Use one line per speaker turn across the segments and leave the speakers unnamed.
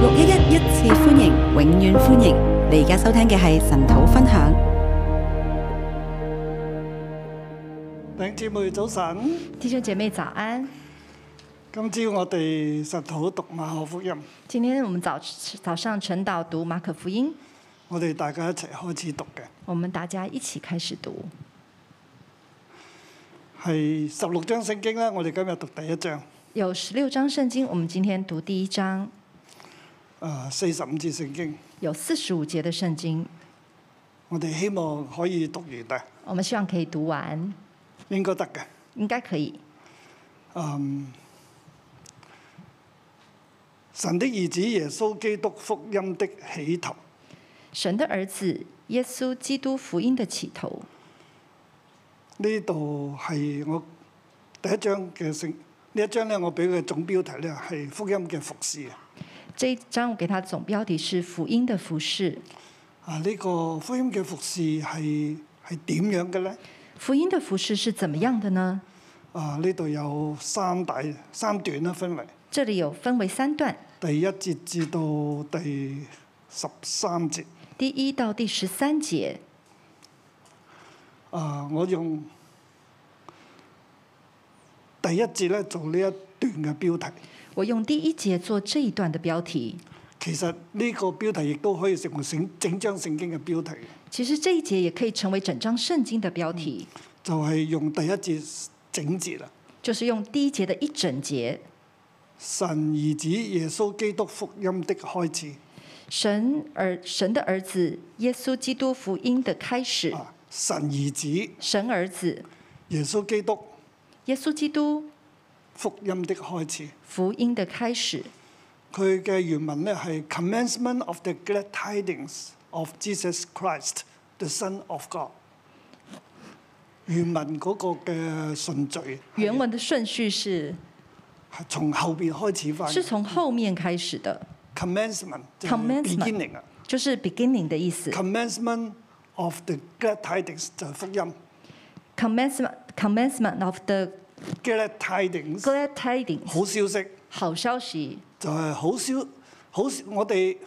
六一一一次歡迎，永遠歡迎！你而家收聽嘅係神土分享。
弟兄姊妹早晨，
弟兄姐妹早安，
今朝我哋實土讀馬可福音，
今天我们早早上晨祷读马可福音，
我哋大家一齊開始讀嘅，
我们大家一起开始读
係十六章聖經啦。我哋今日讀第一章，
有十六章圣经，我们今天读第一章，
誒啊四十五節聖經，
有四十五节的圣经，
我哋希望可以讀完嘅，
我们希望可以读完，
應該得嘅。
应该可以。
神的兒子耶穌基督福音的起頭，
神的儿子耶稣基督福音的起头，
呢度係我第一章嘅聖，呢一章咧我俾佢嘅總標題咧係福音嘅服侍啊。
这一章我给它的总标题是“福音的服饰”。
啊，呢個福音嘅服侍係係點樣嘅咧？
福音的服饰是怎么样的呢？
啊，呢度有三大三段啦，分為
这里有分为三段，
第一節至到第十三節。
第一到第十三节，
啊，我用第一節咧做呢一段嘅標題。
我用第一节做这一段的标题。
其實呢個標題亦都可以成為整整章聖經嘅標題，
其实这一节也可以成为整章圣经的标题，
就係、用第一節整節啦。
就是用第一节的一整节，
神兒子耶穌基督福音的開始。
神儿神的儿子耶稣基督福音的开始，
啊，神兒子
神儿子
耶穌基督
耶稣基督
福音的開始。
福音的开始，
佢嘅原文咧係 Commencement of the Glad Tidings of Jesus Christ, the Son of God。原文嗰個嘅順序
原文的顺序是
係從後邊開始翻
是從后面开始的，
commencement 就係
Commencement
beginning 啊
就是 beginning 的意思
，commencement of the glad tidings 就係福音
，commencement commencement of the
glad tidings
glad tidings
好消息
好消息，
就係好消好我哋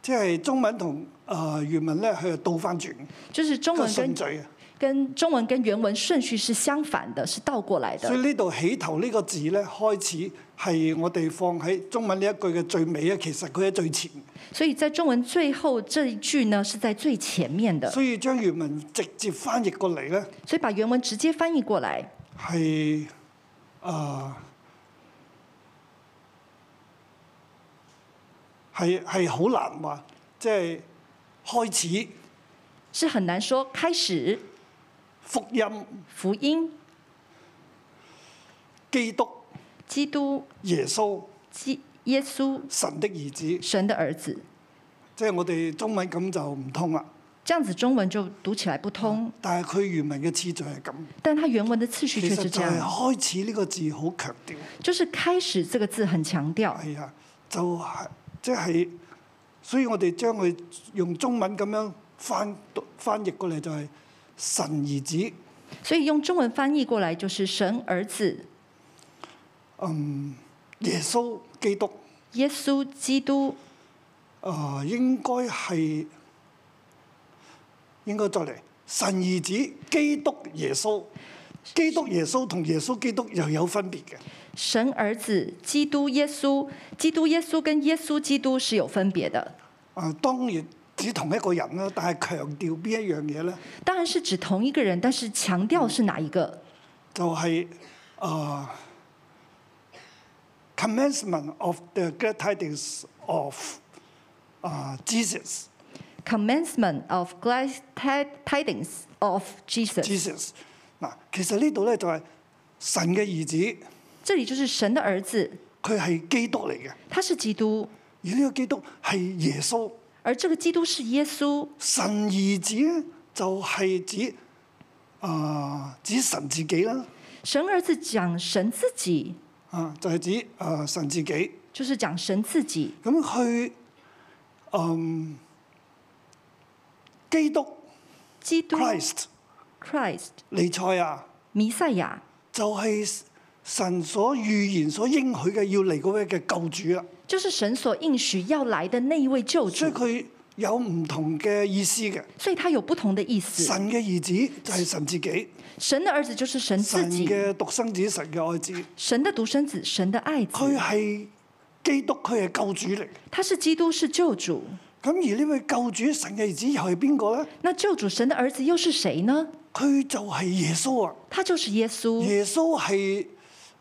即係中文同誒原文咧佢係倒翻轉
就是中
個
文跟
順序啊，
跟中文跟原文顺序是相反的，是倒过来的
所。以呢度起頭呢個字咧，開始係我哋放喺中文呢一句嘅最尾啊，其實佢喺最前。
所以在中文最后这一句呢，是在最前面的，
所以將原文直接翻譯過嚟咧，
所以把原文直接翻譯過來，
係啊係係好難話，即係開始
是很難說開始
福音
福音
基督
基督
耶穌
基耶穌
神的兒子，
神的兒子，
即係我哋中文咁就唔通啦。
這樣子中文就讀起來不通，
但係佢原文嘅次序係咁，
但它原文的次序
其
卻
實
是這
就係
樣，
開始呢個字好強調。
就是開始這個字很強調，
係啊，就係即係，所以我哋將佢用中文咁樣翻讀翻譯過嚟就係神兒子，
所以用中文翻譯過來就是神兒子
嗯，耶穌基督，
耶穌基督，
啊、應該係應該再嚟神兒子基督耶穌，基督耶穌同耶穌基督又有分別嘅，
神兒子基督耶穌，基督耶穌跟耶穌基督是有分別的。
啊、當然只同一個人啦，但係強調邊一樣嘢咧？
当然是指同一个人，但是强调是哪一个？
就係、啊 commencement of the great tidings of 啊、Jesus
Commencement of glad ti- tidings of Jesus，
Jesus 嗱，其實呢度咧就係神嘅兒子，
这里就是神的儿子，
佢係基督嚟嘅，
他是基督，
而呢個基督係耶穌，
而这个基督是耶稣。
神兒子咧就係指啊、指神自己啦，
神儿子讲神自己，
啊就係、指啊、神自己。
就是讲神自己。
咁佢嗯基督
基督
Christ
Christ
尼賽亞
弥赛亚
啊就係神所預言、所應許嘅要嚟嗰位嘅救主啊，
就是神所应许要来的那一位救
所
主
以，佢有唔同嘅意思嘅。
所以他有不同的意思。
神嘅兒子就係神自己，
神的儿子就是神自
神
己，
嘅獨生子、神嘅愛子，
神的独生子，神的爱子，
佢係基督，佢係救主嚟。
他是基督，是救主。
咁而呢位救主、神嘅兒子又係邊個呢？
那救主神的儿子又是谁呢？
佢就係耶穌啊！
他就是耶稣。
耶穌係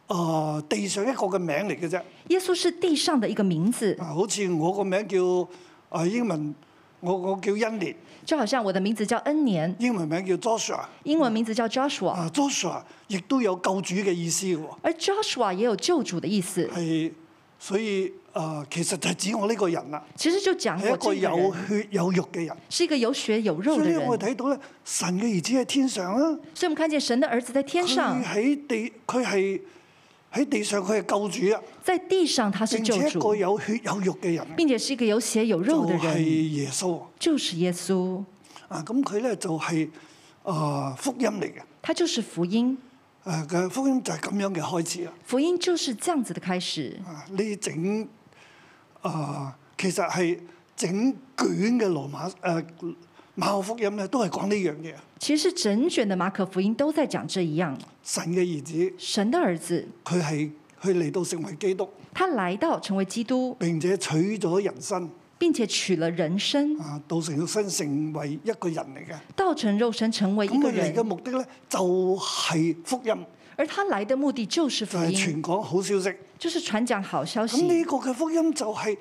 呃地上一個嘅名嚟嘅啫，
耶稣是地上的一个名字，
啊，好似我個名叫啊英文，我我叫恩烈，
就好像我的名字叫恩年，
英文名叫 Joshua。
英文名字叫 Joshua，
啊，Joshua 亦都有救主嘅意思嘅喎，
而 Joshua 也有救主的意思，
係所以啊、呃其實就係指我呢個人啦，
其实就讲
係
啊我
一個
这个
有
人
血有肉嘅人。
是一个有血有肉
所
的
以呢，
人。
我哋睇到咧，神嘅兒子喺天上啦，
所以我们看见神的儿子在天上
佢，喺地，佢係喺地上，佢係救主啊，
在地上他是
並
救
且一個
主，
有血有肉嘅人，
并且是一个有血有
就
肉的
係
人，
耶穌
就是耶穌，
啊。咁佢咧就係、啊、福音嚟嘅，
他就是福音。
誒嘅福音就係咁樣嘅開始啦。
福音就是这样子的开始，
啊，呢整啊、其實係整卷嘅羅馬誒、呃、馬可福音咧，都係講呢樣嘢。
其实整卷的马可福音都在讲这一样：
神嘅兒子，
神的儿子，
佢係佢嚟到成為基督，
他来到成为基督，
並且取咗人身
并且取了人身，
啊，道成肉身，成為一個人嚟嘅。
道成肉身，成为
咁
一个
佢嚟嘅
人。
目的咧，就係福音，
而他来的目的就是
就
福
係、
音，
全港好消息。咁
就是传讲好消
呢
息。
個嘅福音就係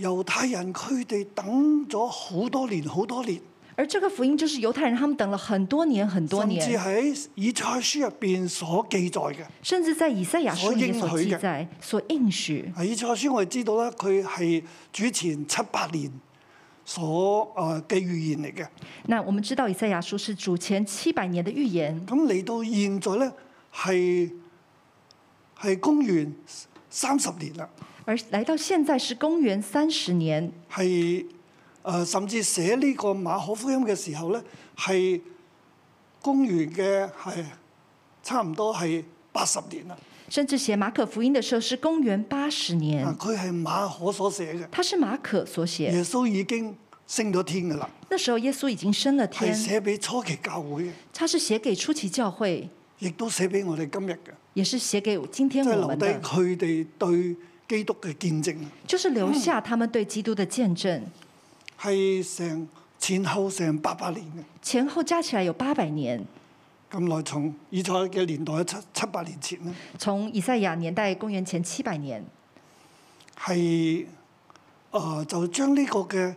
猶太人佢哋等咗好多年，好多年。
而这个福音就是犹太人他们等了很多年很多
甚至
年，
喺以賽書入邊所記載嘅。
甚至在以赛亚书
所
里面
应
所
许
记
嘅
载、所应许。
啊，以賽書我哋知道啦，佢係主前七八年所誒嘅預言嚟嘅。
那我们知道以赛亚书是主前七百年的预言，
咁嚟到現在咧，係係公元三十年啦，
而来到現在是公元三十年，
係誒、呃甚至寫呢個馬可福音嘅時候咧，係公元嘅係差唔多係八十年啦。
甚至写马可福音的時候是公元八十
啊
年，，
佢係馬可所寫嘅，
他是馬可所寫。
耶穌已經升咗天㗎啦，
那時候耶穌已經升了
係
天，
寫俾初期教會嘅，
他是寫給初期教會，
亦都寫俾我哋今日嘅。
也是寫給今天
即係
我
留
們
低
的，
佢哋對基督嘅見證，啊
就是留下他們對基督的見證。
係成前後成八百年嘅，
前後加起來有八百年，
咁耐從以賽嘅年代七七百年前咧，
從以賽亞年代公元前七百年，
係啊、呃就將呢個嘅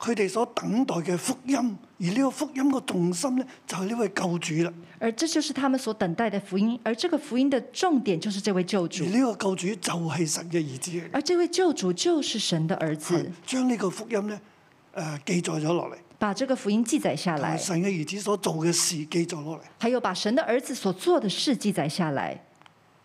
佢哋所等待嘅福音，而呢個福音個重心咧就係呢位救主啦，
而這就是他們所等待的福音，而這個福音的重點就是這位救
而
主。
呢個救主就係神嘅兒子嚟嘅，
而这位救主就是神的儿子
係，將呢個福音咧誒、呃、記載咗落嚟，
把这个福音记载下
同埋
来，
神嘅兒子所做嘅事記載落嚟。
还有把神的儿子所做的事记载下来。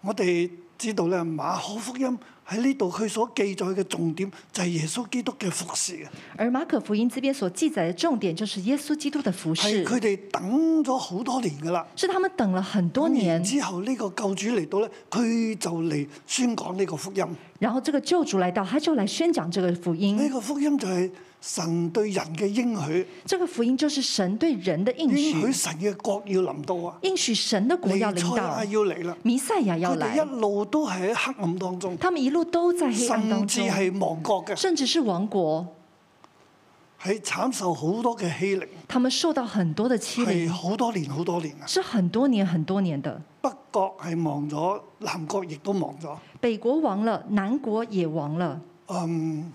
我哋知道咧，馬可福音喺呢度佢所記載嘅重點就係耶穌基督嘅服侍嘅，
而马可福音这边所记载的重点就是耶稣基督的服
係
饰，
佢哋等咗好多年噶啦。
是他们等了很多
咁
年
然，之後呢個救主嚟到咧，佢就嚟宣講呢個福音。呢、
然后这个救主来到，他就来宣讲这个福音。
個福音就係神對人嘅應許，
这个福音就是神对人的应
應許
许，
神嘅國要臨到啊，
应许神的国要
彌
领
賽
导
亞，要嚟啦。
弥赛亚要
佢哋
来。
一路都係喺黑暗當中，
他们一路都在黑暗
甚
当
至
中，
係亡國嘅，
甚至是亡国，
係慘受好多嘅欺凌，
他们受到很多的欺
係
凌，
好多年好多年啊。
是很多年很多年的。
北國係亡咗，南國亦都亡咗。
北国亡了，南国也亡了。
嗯，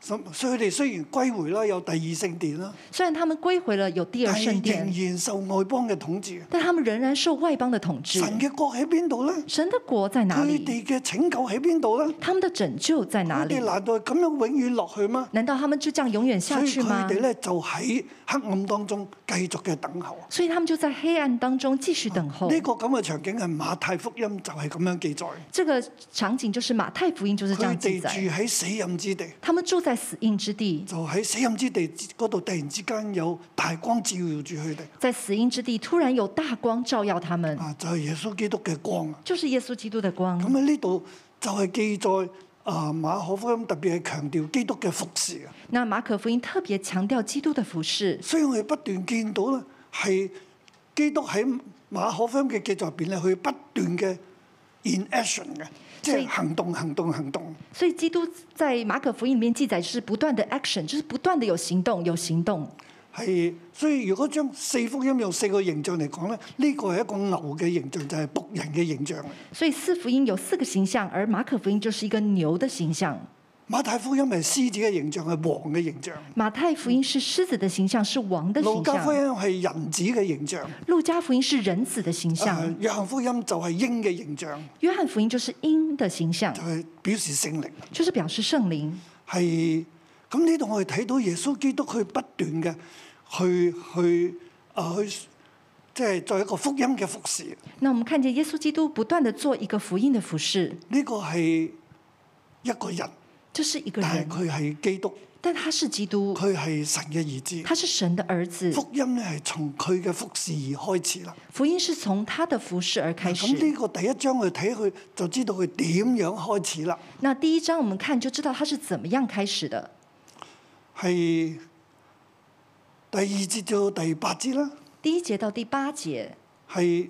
所所以佢哋雖然歸回啦，有第二聖殿啦，
虽然他们归回了有第二
但
圣
係
殿，
仍然受外邦嘅統治。
但他们仍然受外邦的统治。
神嘅國喺邊度咧？
神的国在哪
佢
里？
哋嘅拯救喺邊度咧？
他们的拯救在哪
佢
里
哋？難道係咁樣永遠落去嗎？
难道他们就这样永远
所
下
以
去
佢
吗
哋？咧就喺黑暗當中繼續嘅等候。
所以他们就在黑暗当中继续等候
啊呢、。個咁嘅場景係馬太福音就係咁樣記載。
这个场景就是马太福音就是这
佢
样记
哋
载。
住喺死蔭之地，
他们住在在死荫之地，
就喺死蔭之地嗰度，突然之間有大光照耀住佢哋，
在死荫之地突然有大光照耀他们，
啊，就係、耶穌基督嘅光啊！
就是耶穌基督的
咁
光。
喺呢度就係記載啊馬可福音特別係強調基督嘅服侍啊，
那马可福音特別強調基督的服饰，
所以我哋不斷見到咧係基督喺馬可福音嘅記載入邊咧，佢不斷嘅 in action 嘅，即
所以
係行動、行動、行動。
所以基督在馬可福音裡面記載就是不斷的 action，就是不斷的有行動，有行動。
係，所以如果將四福音用四個形象嚟講咧，呢個係一個牛嘅形象，就係、仆人嘅形象。
所以四福音有四個形象，而馬可福音就是一個牛的形象。
馬太福音係獅子嘅形象，係王嘅形象；
馬太福音是獅子的形象，是王的
路
形
加福音
象；
係人子嘅形象；
路加福音是人子的形
呃
象；
約翰福音就係鷹嘅形象，
約翰福音就是鷹的形象
就，係、表示聖靈。
就是表示聖靈。
係咁呢度我哋睇到耶穌基督佢不斷嘅去去啊去，即係作為一個福音嘅服侍。呢、
那我們看見耶穌基督不斷的做一個福音的服饰，
個係一個人，
这是一個
但係
人，
佢係基督，
但他是基督，
佢係神嘅兒子。
他是神的兒子。
福音咧係從佢嘅服侍而開始啦。
福音是從他的服饰而開
咁呢
始。
個第一章我哋睇佢就知道佢點樣開始啦。
那第一章我們看就知道他是怎麼樣開始的。
係第二節到第八節啦，
第一節到第八節，
係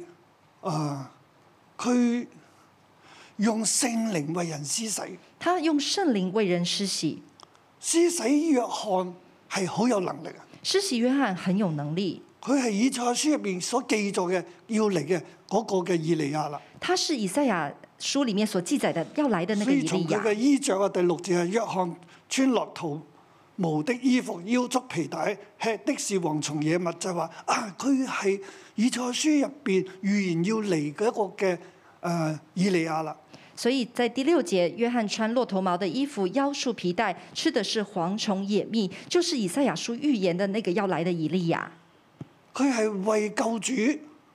啊，佢、用聖靈為人施洗，
他用聖靈為人施洗，
施洗約翰係好有能力啊！
施洗約翰很有能力，
佢係以賽亞書入邊所記載嘅要嚟嘅嗰個嘅以利亞啦，
他是以賽亞書裡面所記載的要來的那個
所
以
以
利
從佢嘅
亞。
衣着啊，第六節係約翰穿落肚毛的衣服，腰束皮帶，吃的是蝗蟲野物，就係話啊，佢係以賽亞書入邊預言要嚟嘅一個嘅誒、呃以利亞啦。
所以在第六節，約翰穿骆驼毛的衣服，腰束皮帶，吃的是蝗蟲野蜜，就是以賽亞書預言的那個要來的以利亞。
佢係為救主、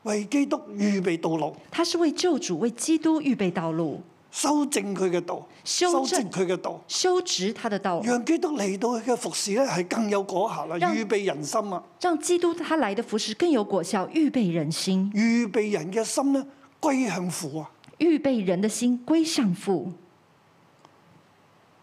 為基督預備道路，
他是為救主、為基督預備道路，
修正佢嘅道，
修
修
正
正佢嘅道，
修直他的道路，
讓基督嚟到佢嘅服侍咧係更有果效啦，
讓
預備人心啊，
讓基督他來的服侍更有果效，預備人心，
預備人嘅心咧歸向父啊，
預備人的心歸向父，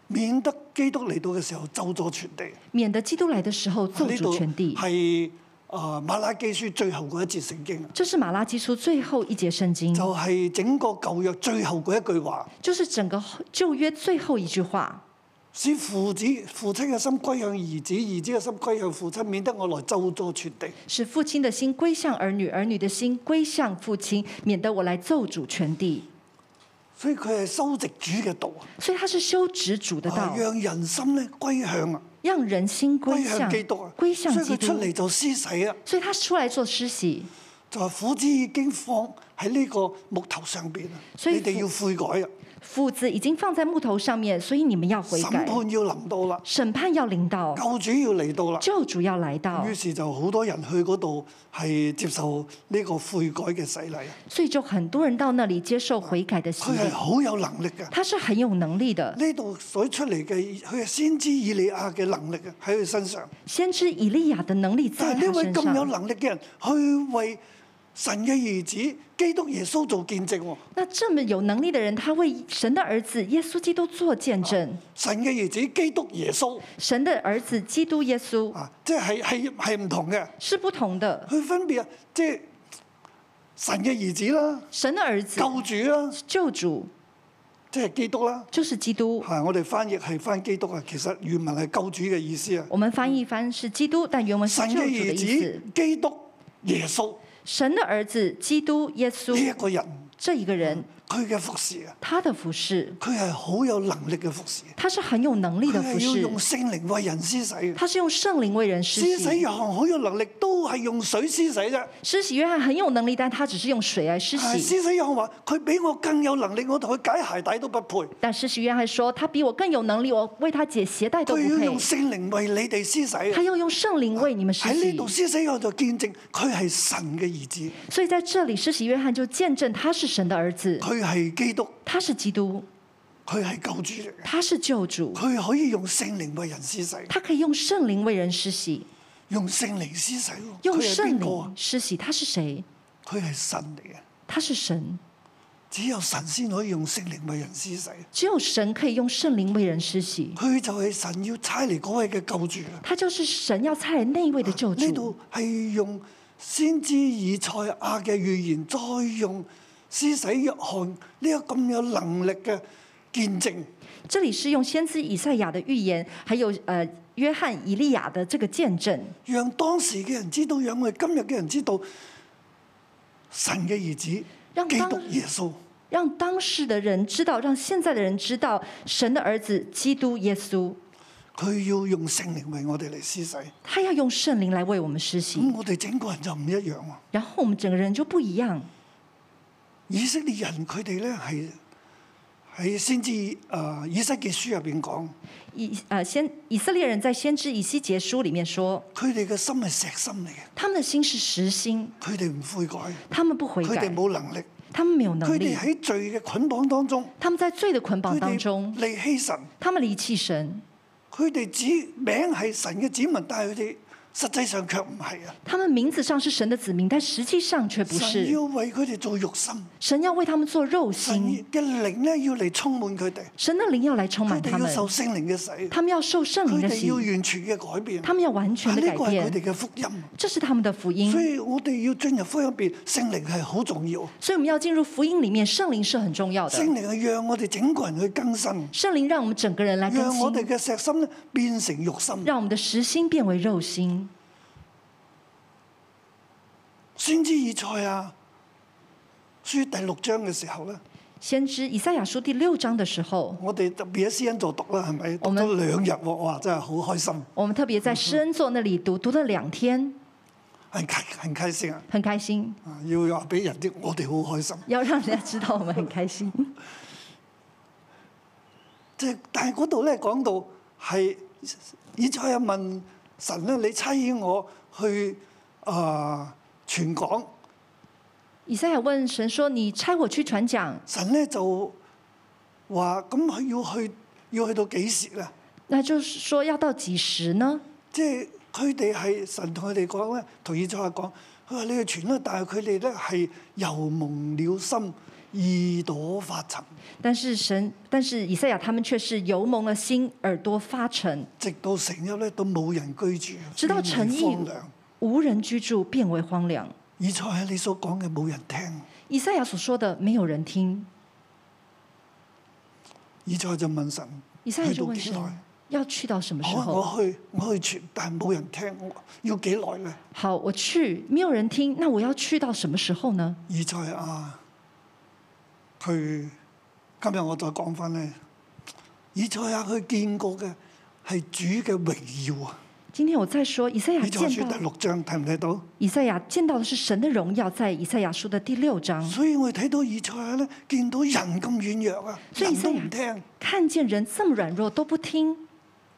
免得基督嚟到嘅時候咒咗全地。
免得基督來的時候咒
啊呢
主
度
全地。
係啊馬拉基書最後嗰一節聖經啊，
这是馬拉基書最後一節聖經，
就係、整個舊約最後嗰一句話，
就是整個舊約最後一句話，
使父子父親嘅心歸向兒子，兒子嘅心歸向父親，免得我來咒詛全地。
使父親的心歸向兒女，兒女的心歸向父親，免得我來咒主全地。
所以佢係修直主嘅道啊，
所以他是修直主的
啊
道，
讓人心咧歸向啊，
讓人心歸
歸向
向
基督啊，
歸向
所以
基
佢
督。
出嚟就施洗啊，
所以他出來做施洗，
就話斧子已經放喺呢個木頭上邊啊，
所以
你哋
斧
要悔改啊，
斧子已經放在木頭上面，所以你們要悔
審
改。
判要臨到啦，
審判要臨到，
救主要嚟到啦。
救主要來到
於，是就好多人去嗰度係接受呢個悔改嘅洗禮，啊
所以就很多人到那裡接受悔改的洗
佢係
禮。
好有能力嘅。
他是很有能力的，
呢度所出嚟嘅，佢係先知以利亞嘅能力啊，喺佢身上。
先知以利亞的能力在
但
他
係呢位
身
咁有
上。
能力嘅人，去為神嘅兒子基督耶穌做見證喎。
那這麼有能力的人，他為神的兒子耶穌基督做見證，
神嘅兒子基督耶穌
神的兒子基督耶穌
啊，即係係係唔同嘅。
是不同的。
佢分別啊，即係神嘅兒子啦、
神的兒子
救主啦，
救主
即係基督啦。
就是基督，
係我哋翻譯係翻基督啊，其實原文係救主嘅意思啊。
我們翻譯翻是基督，但原文是
神
救
嘅
主的
兒
意思
子。基督耶穌
神的兒子基督耶
呢一
穌
個人，
這一個人，
佢嘅服侍啊，
他的服侍，
佢係好有能力嘅服侍，
他是哎很有啊能力
佢
的
係
服
要
侍
用，聖靈為人施洗啊嘅。
他是用聖靈為人施
施洗
洗。
約翰好有能力，都係用水施洗啫。
施洗約翰很有能力，但他只是用水來施
係
洗。
施洗約翰話：佢比我更有能力，我同佢解鞋帶都不配。
但施洗約翰說，他比我更有能力，我為他解鞋帶都
佢
不
要
配
用。聖靈為你哋施洗
他
啊。
要用聖靈為你們施
喺呢
洗
度，。施洗約翰就見證佢係神嘅兒子，
所啊以在這裡，施洗約翰就見證他是神的兒子，
佢係基督，
他是基督，
佢係救主嚟嘅，
他是救主，
佢可以用聖靈為人施洗，
他可以用圣灵为人施洗，
用聖靈施洗喎。
用
佢係
圣
邊個啊
灵？施洗。他是谁？
佢係神嚟嘅，
他是神，
只有神先可以用聖靈為人施洗。
只有神可以用圣灵为人施洗。
佢就係神要差嚟嗰位嘅救主啦。
他就是神要差来啊那一位的救
呢
主
度。係用先知以賽亞嘅預言，再用施洗約翰呢個咁有能力嘅見證，
这里是用先知以赛亚的预言，还有呃约翰以利亚的这个见证，
讓當時嘅人知道，讓我哋今日嘅人知道神嘅兒子
讓
基
當
督耶穌
让当世的人知道，让现在的人知道，神的儿子基督耶稣，
佢要用聖靈為我哋嚟施洗，咁
他要用圣灵来为我们施洗，
我哋整個人就唔一樣喎。
然后我们整个人就不一样。
以色列人佢哋咧係喺先知誒、呃以西結書入邊講，
以呃先以色列人在先知以西结书里面说，
佢哋嘅心係石心嚟嘅，
他们的心是实心，
佢哋唔悔改，
他们不悔
佢
改
哋，冇能力，
他们没有能
佢
力
哋，喺罪嘅捆綁當中，
他们在罪的捆
佢
绑当
哋
中，
離棄神，
他们离弃神，
佢哋指名係神嘅子民，但係佢哋實際上卻唔係啊！
他们名字上是神的子民，但实际上却不
神
是
要。為佢哋做肉心，
神要为他们做肉
神
心，
嘅靈咧要嚟充滿佢哋，
神的灵要来充
佢
满
哋要
他们，
受聖靈嘅洗，
他们要受圣灵
佢
的
哋
洗
要，完全嘅改變。
他们要完全
啊
的
呢
改嗯
個係佢
变，
哋嘅福音。
这是他们的福音
所。以我哋要進入福音入邊，聖靈係好重要。
所以我们要进入福音里面，聖靈是很重要的
聖。靈係讓我哋整個人去更新，
聖靈让我们整个人来更
讓我哋
新，
嘅石心咧變成肉心。
让我们的实心变为肉心。
先知以賽啊，書第六章嘅時候咧，
先知以赛亚书第六章的时候，
我哋特別喺施恩座讀啦，係咪？讀
我們
咗兩日喎，哇！真係好開心，
我们特别在施恩座那里讀，讀了兩天，
很開很開心啊！
很開心，
啊要話俾人知，我哋好開心。
要让人家知道我们很開 心。
即係但係嗰度咧講到係以賽亞問神咧，你差遣我去啊、全港。
以赛亚问神说：“你差我去傳講，
神咧就話：咁佢要去要去到幾時咧？
那就是说要到幾時呢？”
即係佢哋係神同佢哋講咧，同以賽亞講，佢話你去傳啦，但係佢哋咧係油蒙了心，耳朵發沉，
但是神，但是以赛亚他们卻是油蒙了心，耳朵發沉，
直到成日咧都冇人居住，
直到
變
城
為
邑
荒涼。
無人居住，變為荒涼。
以賽亞你所講嘅冇人聽，
以赛亚所說的沒有人聽。
以賽亞就問神：
以赛亚
去
就
到
問
幾
神
耐？：
要去到什麼時
好啊，
候？
我去我去傳，但係冇人聽，我要幾耐咧？
好，我去，沒有人聽，那我要去到什麼時候呢？
以賽亞，佢今日我再講翻咧，以賽亞佢見過嘅係主嘅榮耀啊！
今天我再說，以赛亞
以賽亞
見
書
到
第六章睇唔睇到？
以赛亚見到的是神的榮耀，在以赛亞書的第六章，
所以我哋睇到以賽亞咧，見到人咁軟弱啊，
所以以
人
賽
都
亞
唔聽，
看見人這麼軟弱都不聽，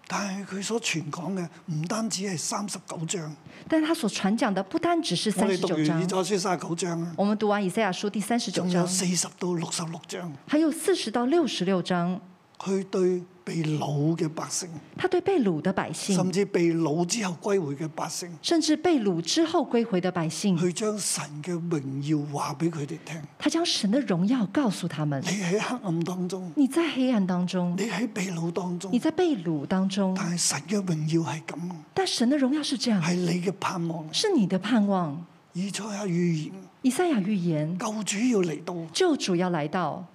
但係佢所傳講嘅唔單止係三十九章，
但他所傳講的不單只是
我
三
哋
十
讀
九
完以賽
章
亞。書三十九章啊，
我們讀完以赛亚書第三十九
仲
章
有，四十到六十六章，
还有四十到六十六章，
佢對被擄嘅百姓，
他对被掳的百姓，
甚至被擄之後歸回嘅百姓。
甚至被掳之后归回的百姓，
去將神嘅榮耀話俾佢哋聽。
他將神的榮耀告訴他们
你：喺黑暗當中，
你在黑暗当中，
你喺被擄當中
你，在被掳当中，
但係神嘅榮耀係咁，
但神的榮耀是这样，
係你嘅盼望。
是你的盼望。
以賽亞預言，
以赛亚預言，
救主要嚟到，
救主要来到，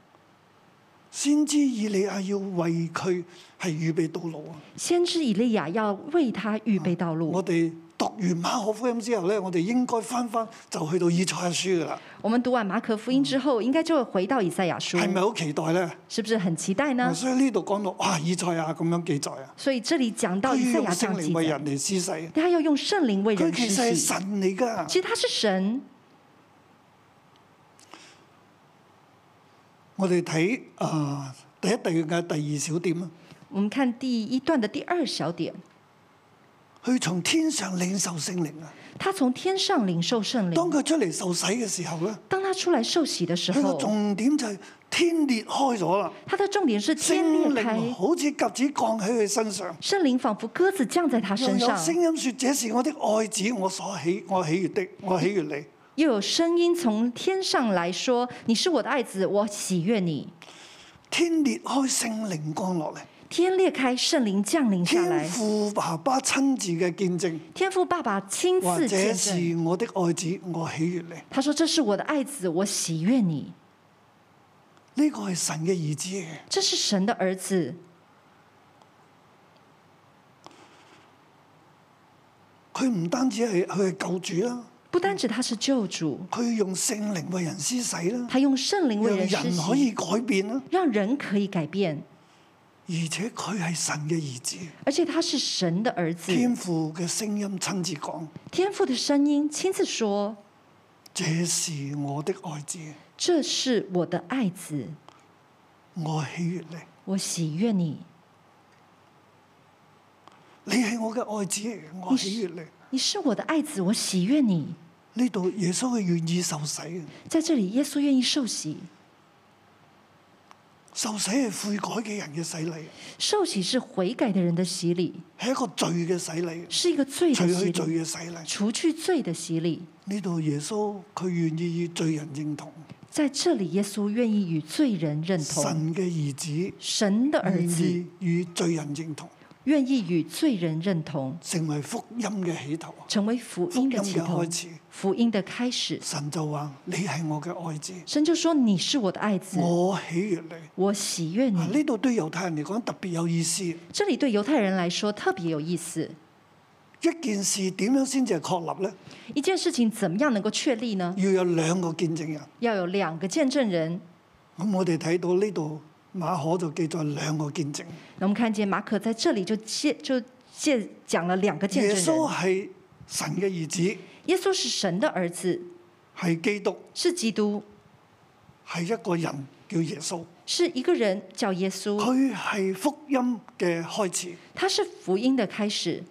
先知以利亞要為佢係預備道路啊！
先知以利亚要为他預備道路。
我哋讀完馬可福音之後咧，我哋應該翻翻就去到以賽亞書噶啦，
我们讀完馬可福音之後，應該就會回到以赛亚書，
係咪好期待咧？
是不是很期待呢？
所以呢度講到哇，以賽亞咁樣記載啊，
所以這裡講到以
佢要
赛
用
亚
聖
這樣記
靈為
載，
人嚟施洗，佢
他要用聖靈為人
其
施
實係
洗。
神嚟㗎。
其實他是神，
我哋睇啊第一、第二嘅第二小點啊，
我們看第一段的第二小點，
佢從天上領受聖靈啊。
他從天上領受聖
當
靈。
佢出嚟受洗嘅時候咧，
當他出來受洗的時
佢個
候，
重點就係天裂開咗啦，
它的重点是
聖
天裂开，
靈好似鴿子降喺佢身上，
圣灵仿佛鸽子降在他
又
身
有
上。
聲音說：這是我的愛子，我所喜，我喜悦的，我喜悦你。
又有声音从天上来说：“你是我的爱子，我喜悦你。
天裂開，聖靈降落嚟，”
天裂开，圣灵降临下
天
来。
父爸爸親自嘅見證，
天父爸爸亲
話
自
這
见证，
是我的愛子，我喜悦你。
他说：“这是我的爱子，我喜悦你。
呢個係神嘅兒子嚟嘅。”
这是神的儿子，
佢唔單止係佢係救主啦，
不单指他是救主，
佢用聖靈為人施洗啦，
他用圣灵为
讓
人施
人可以
洗，
改變啦，
让人可以改变，
而且佢係神嘅兒子，
而且他是神的儿子。
天父嘅聲音親自講：
天父的声音亲自说
這是我的愛子，：“
这是我的爱子，
我喜悦你，
我喜悦你。
你係我嘅愛子嚟嘅，我喜悦你。
你是我的爱子，我喜悦你。”
呢度耶穌係願意受洗嘅，
在这里，耶稣愿意受洗。
受洗係悔改嘅人嘅洗禮，
受洗是悔改的人的洗礼，
係一個罪嘅洗禮，
是一个罪
除
的
去
洗
罪
礼，
嘅洗禮。
除去罪的洗礼。
呢度耶穌佢願意與罪人認同，
在这里，耶稣愿意与罪人认同，
神嘅兒子
神的儿
願
子
意與罪人認同。
愿意与罪人认同，
成為福音嘅起頭。啊
成为福音的起
福
头
音嘅開始，
福音的开始。
神就話：你係我嘅愛子，
神就说：“你是我的爱子，
我喜悦你。
我喜悦
嗱，
你。
呢度對猶太人嚟講特別有意思。”
这里对犹太人来说特别有意思。
一件事點樣先至係確立呢？
一件事情怎么样能够确立呢？
要有兩個見證人。
要有两个见证人。
咁我哋睇到呢度馬可就記載兩個見證。
那我们看见马可在这里就借就借讲了两个见
耶啊
证人
穌，係神嘅兒子，
耶稣是神的儿子，
係基督，
是基督，
係一個人叫耶穌。
是一个人叫耶稣，
佢係福音嘅開始，
他是福音的开始。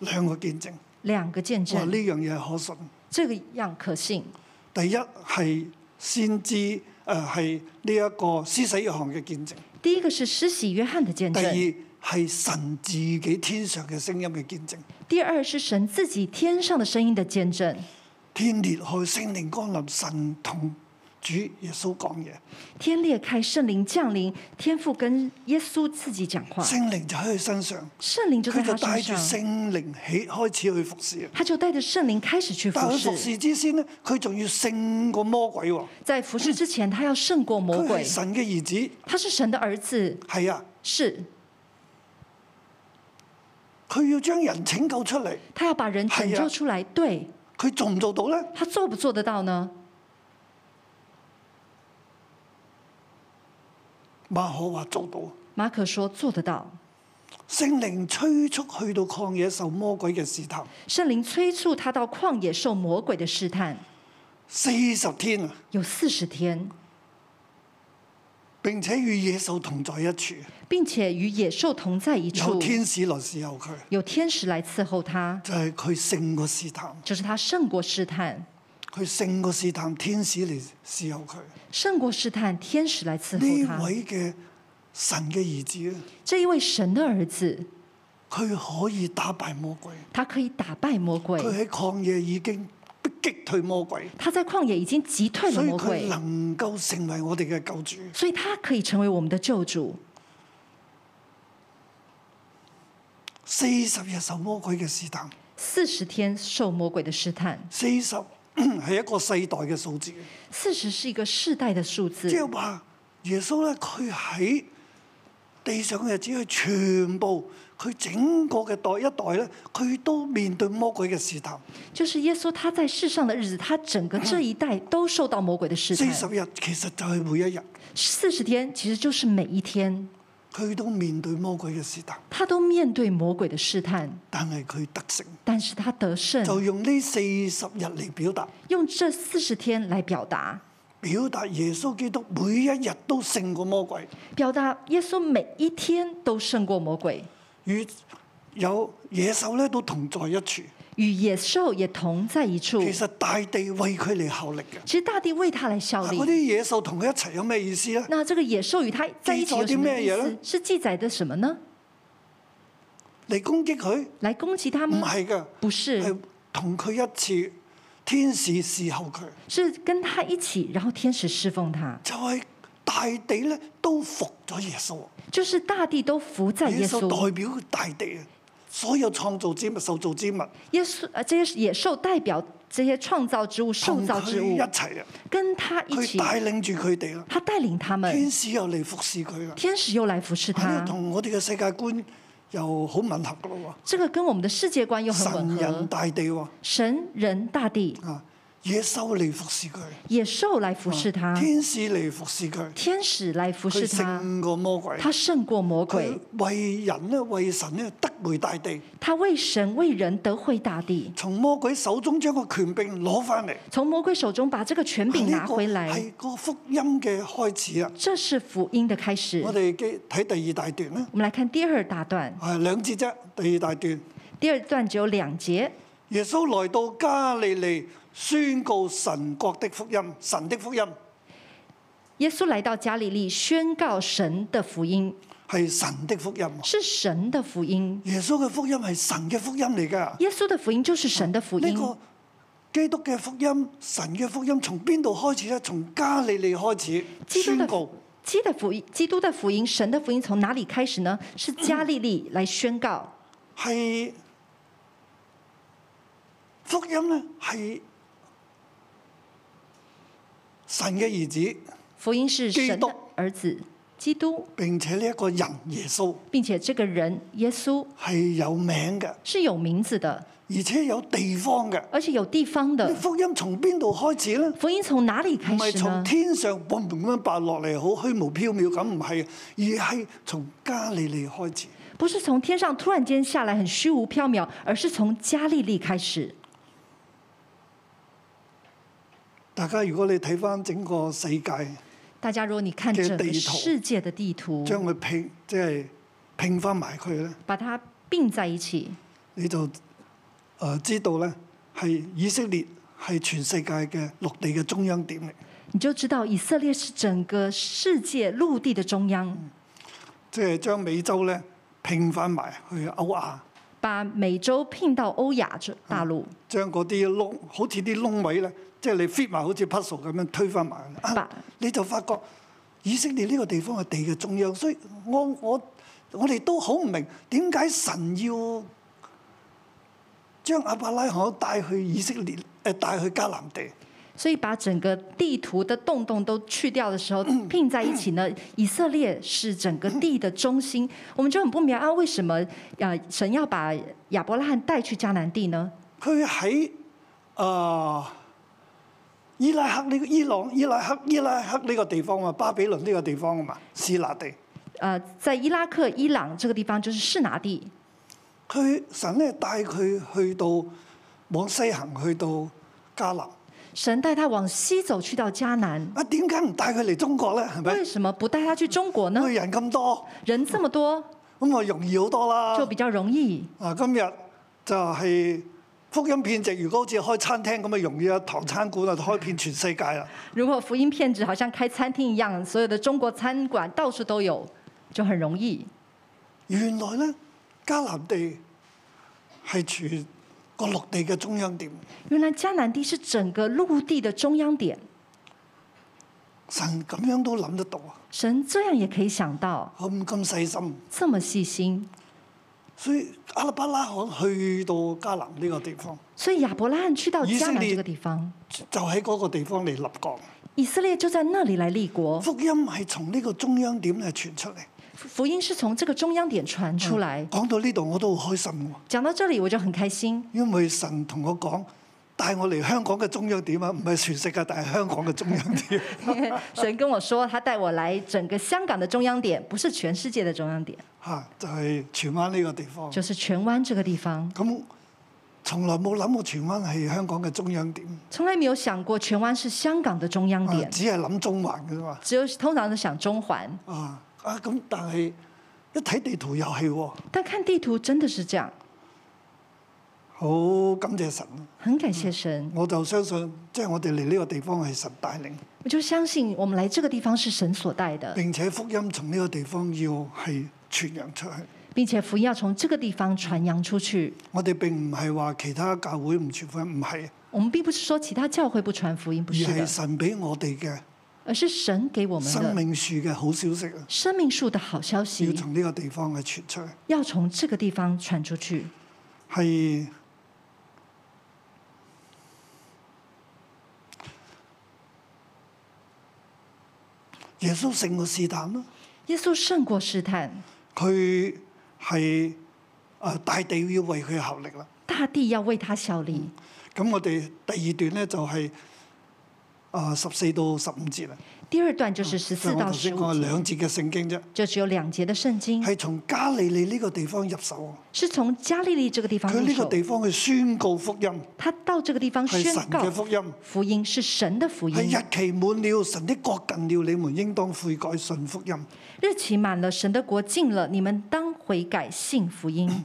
兩個見證。
两个见
哇！呢
证，
樣嘢係可信。
这个样可信。
第一係先知，誒係呢一個施洗約翰嘅見證；
第一个是施洗约翰的见证，
第二係神自己天上嘅聲音嘅見證。
第二是神自己天上的声音的见证。
天裂開，聖靈降臨，神同主耶穌講嘢，
天裂开，圣灵降临，天父跟耶稣自己讲话，
聖靈就喺佢身上，
圣啊灵就在
佢就
他
帶
身
住
上，
聖靈起開始去服侍。
他就带着圣灵开始去
但
服
係佢服
侍。
侍之先呢，佢仲要勝過魔鬼喎。
在服侍之前，他要胜过魔
佢
鬼
係。神嘅兒子，
他是神的儿子，
係啊，
是
佢要將人拯救出嚟，
他要把人拯
哎呀
救出来，对
佢做唔做到呢？
他做不做得到呢？
馬可話做到。
马可说做得到。
聖靈催促去到曠野受魔鬼嘅試探，
圣灵催促他到旷野受魔鬼的试探，
四十天啊！
有四十天，
並且與野獸同在一處，
并且与野兽同在一
有
处，
天使來侍候佢，
有天使来伺候他，
就係佢勝過試探，
就是他胜过试探，
佢勝過試探，天使嚟侍候佢。
胜过试探，天使来伺候
呢
他。
位嘅神嘅兒子，啊
这一位神的儿子，
佢可以打敗魔鬼，
他可以打败魔鬼，
佢喺曠野已經逼擊退魔鬼，
他在旷野已经击退了
所以
魔
佢
鬼，
能夠成為我哋嘅救主。
所以他可以成为我们的救主。
四十日受魔鬼嘅試探，
四十天受魔鬼的试探，
四十 係一個世代嘅數字。
四十是一个世代的数
即
字，
係話耶穌咧，佢喺地上嘅日子，佢全部佢整個嘅代一代咧，佢都面對魔鬼嘅試探。
就是耶稣他在世上的日子，他整个这一代都受到魔鬼的试
四十
探。
日其實就係每一日，
四十天其实就是每一天，
佢都面對魔鬼嘅試探，
他都面对魔鬼的试探，
但係佢得勝，
但是他得
就
胜，
用呢四十日嚟表達，
用这四十天来表达，
表達耶穌基督每一日都勝過魔鬼，
表达耶稣每一天都胜过魔鬼，
與有野獸咧都同在一處。
与野兽也同在一处。
其實大地為佢嚟效力嘅。
其实大地為他來效
嗱，
力
嗰。啲野獸同佢一齊有咩意思咧？
那这个野獸與他在一起有什
記載啲
麼意
咩嘢
思
呢？
是記載的什麼呢？
嚟攻擊佢？
來攻擊他
唔
嗎？
係㗎，
不是，
係同佢一次天使侍候佢，
是跟他一起，然後天使侍奉他，
就係、大地咧都服咗耶穌。
就是大地都服在
耶
耶
穌
穌。
代表大地啊，所有創造之物、受造之物
耶穌呃，這些野獸代表這些創造之物、受
同
造
佢
之
一
物，
齊啊，
跟他一
佢
起，
帶領住佢哋啦。
他帶領他
天
們，
使又嚟服侍佢啦，
天使又來服侍
係
他
咯，。同我哋嘅世界觀又好吻合噶咯
這個跟我們的世界觀又
喎。
很吻
神人
合。
大地喎，
神人大地，
啊，野獸嚟服侍佢，
野獸來服侍
啊
他，
天使嚟服侍佢，
天使來服
佢
侍他，
勝過魔鬼。
他勝過魔鬼
佢。為人咧，為神咧，得回大地，
他为神为人得回大地，
從魔鬼手中將個權柄攞翻嚟。啊
从魔鬼手中把啊这个哎权柄拿
呢個
回来，
係個福音嘅開始啊！
这是福音的开始
我。哋嘅睇第二大段啦，
我们来看第二大段，
係兩節啫。第二大段，
第二段只有兩節。
耶穌來到加利利，宣告神國的福音，神的福音
耶穌来到加利利，宣告神的福音，
係神的福音。
是神的福音。
耶穌嘅福音係神嘅福音嚟㗎。
耶穌的福音就是神的福音
呢、。個基督嘅福音、神嘅福音，從邊度開始咧？從加利利開始
基督
宣
的
告。
基督的福音，基督的福音，神的福音从哪里开始呢？是加利利来宣告。
係福音咧，係神嘅兒子，
福音是神的
基督
儿子基督，
並且呢一個人耶穌
并且这个人耶穌
係有名嘅，
是有名字的，
而且有地方嘅。
而且有地方的
呢。福音從邊度開始咧？
福音從哪裡
唔
開
係
始
從
呢？
天上嘣嘣咁樣白落嚟，好虛無縹緲咁，唔係，而係從加利利開始。
不是從天上突然間下來很虛無縹緲，而是從加利利開始。
大家如果你睇翻整個世界，
大家如果你看
嘅
整
地
個
圖
世界的地圖，
將佢拼即係拼翻埋佢咧。
把它並在一起，
你就誒、呃知道咧，係以色列係全世界嘅陸地嘅中央點嚟。
你就知道以色列是整個世界陸地的中央，
即係將美洲咧拼翻埋去歐亞，
把美洲拼到歐亞這大陸，
將嗰啲窿好似啲窿位咧，即係你 fit 埋好似 puzzle 咁樣推翻埋去。啊
把
你就發覺以色列呢個地方係地嘅中央，所以我我我哋都好唔明點解神要將阿伯拉罕帶去以色列誒、呃、帶去迦南地。
所以把整個地圖的洞洞都去掉的時候，拼在一起呢，以色列是整個地的中心，我們就很不明白啊為什麼呃神要把亞伯拉罕帶去迦南地呢？
佢喺啊伊拉克呢、個伊朗、伊拉克、伊拉克呢個地方啊，巴比倫呢個地方啊嘛，示拿地。
呃，在伊拉克、伊朗這個地方就是示拿地，
佢神咧帶佢去到往西行去到迦南。
神帶他往西走去到迦南，
啊，點解唔帶佢嚟中國咧？係咪
為？什麼不帶他去中國呢
佢？人咁多，
人這麼多，
咁啊容易好多啦
就。比較容易。
啊，今日就係福音遍植，如果好似開餐廳咁啊，容易啊，唐餐館啊，開遍全世界啦。
如果福音片子好像開餐廳一樣，所有的中國餐館到處都有，就很容易。
原來咧，迦南地係全個陸地嘅中央點。
原來迦南地是整個陸地的中央點，
神咁樣都諗得到啊，
神這樣也可以想到，
咁咁細心。
這麼細心。
所以阿拉伯拉罕去到迦南呢個地方，
所以亞伯拉罕去到
以色
迦南
列
這個地方，
就喺嗰個地方嚟立國。
以色列就在那裡來立國。
福音係從呢個中央點嚟傳出嚟。
福音是從這個中央點傳出來。
講到呢度我都好開心喎，
講到這裡我就很開心，
因為神同我講帶我嚟香港嘅中央點啊，唔係全世界，但係香港嘅中央點。
因為 神跟我說他帶我來整個香港的中央點，不是全世界的中央點，
嚇、就係、荃灣呢個地方。
就是荃灣這個地方。
咁從來冇諗過荃灣係香港嘅中央點，
從來沒有想過荃灣是香港的中央
啊
嗯點，
只係諗中環嘅啫嘛。
只有通常都想中環。
啊啊咁，但係一睇地圖又係喎。
但看地圖真的是這樣，
好感謝神，
很感谢神，
我就相信即係我哋嚟呢個地方係神帶領，
我就相信我们来这个地方是神所带的，
並且福音從呢個地方要係傳揚出去。
并且福音要从这个地方传扬出去。
我哋並唔係話其他教會唔傳福音，唔係，
我们并不是说其他教会不传福音，不
而
是
係，
的
神俾我哋嘅
而是神给我们
生
的
命樹嘅好消息啊，
生命树的好消
要
息，
從呢個地方去傳出去，
要从这个地方传出去，
係耶穌勝過試探啦。
耶稣胜过试探，
佢係誒大地要為佢效力啦。
大地要为他效
嗯
力。
咁我哋第二段咧就係誒十四到十五節啦，
第二段就是十
就
四
我
到
頭
十
先
五
講嘅
節，
兩節嘅聖經啫，
就只有兩節的聖經，
係從加利利呢個地方入手。
是從加利利這個地方
佢
入
呢個
手，
地方去宣告福音，
他到這個地方
係
宣
神
告
嘅福音，哎
福音是神的福
係
音。
日期滿了，神的國近了，你們應當悔改信福音。
日期滿了，神的國近了，你們當悔改信福
嗯
音。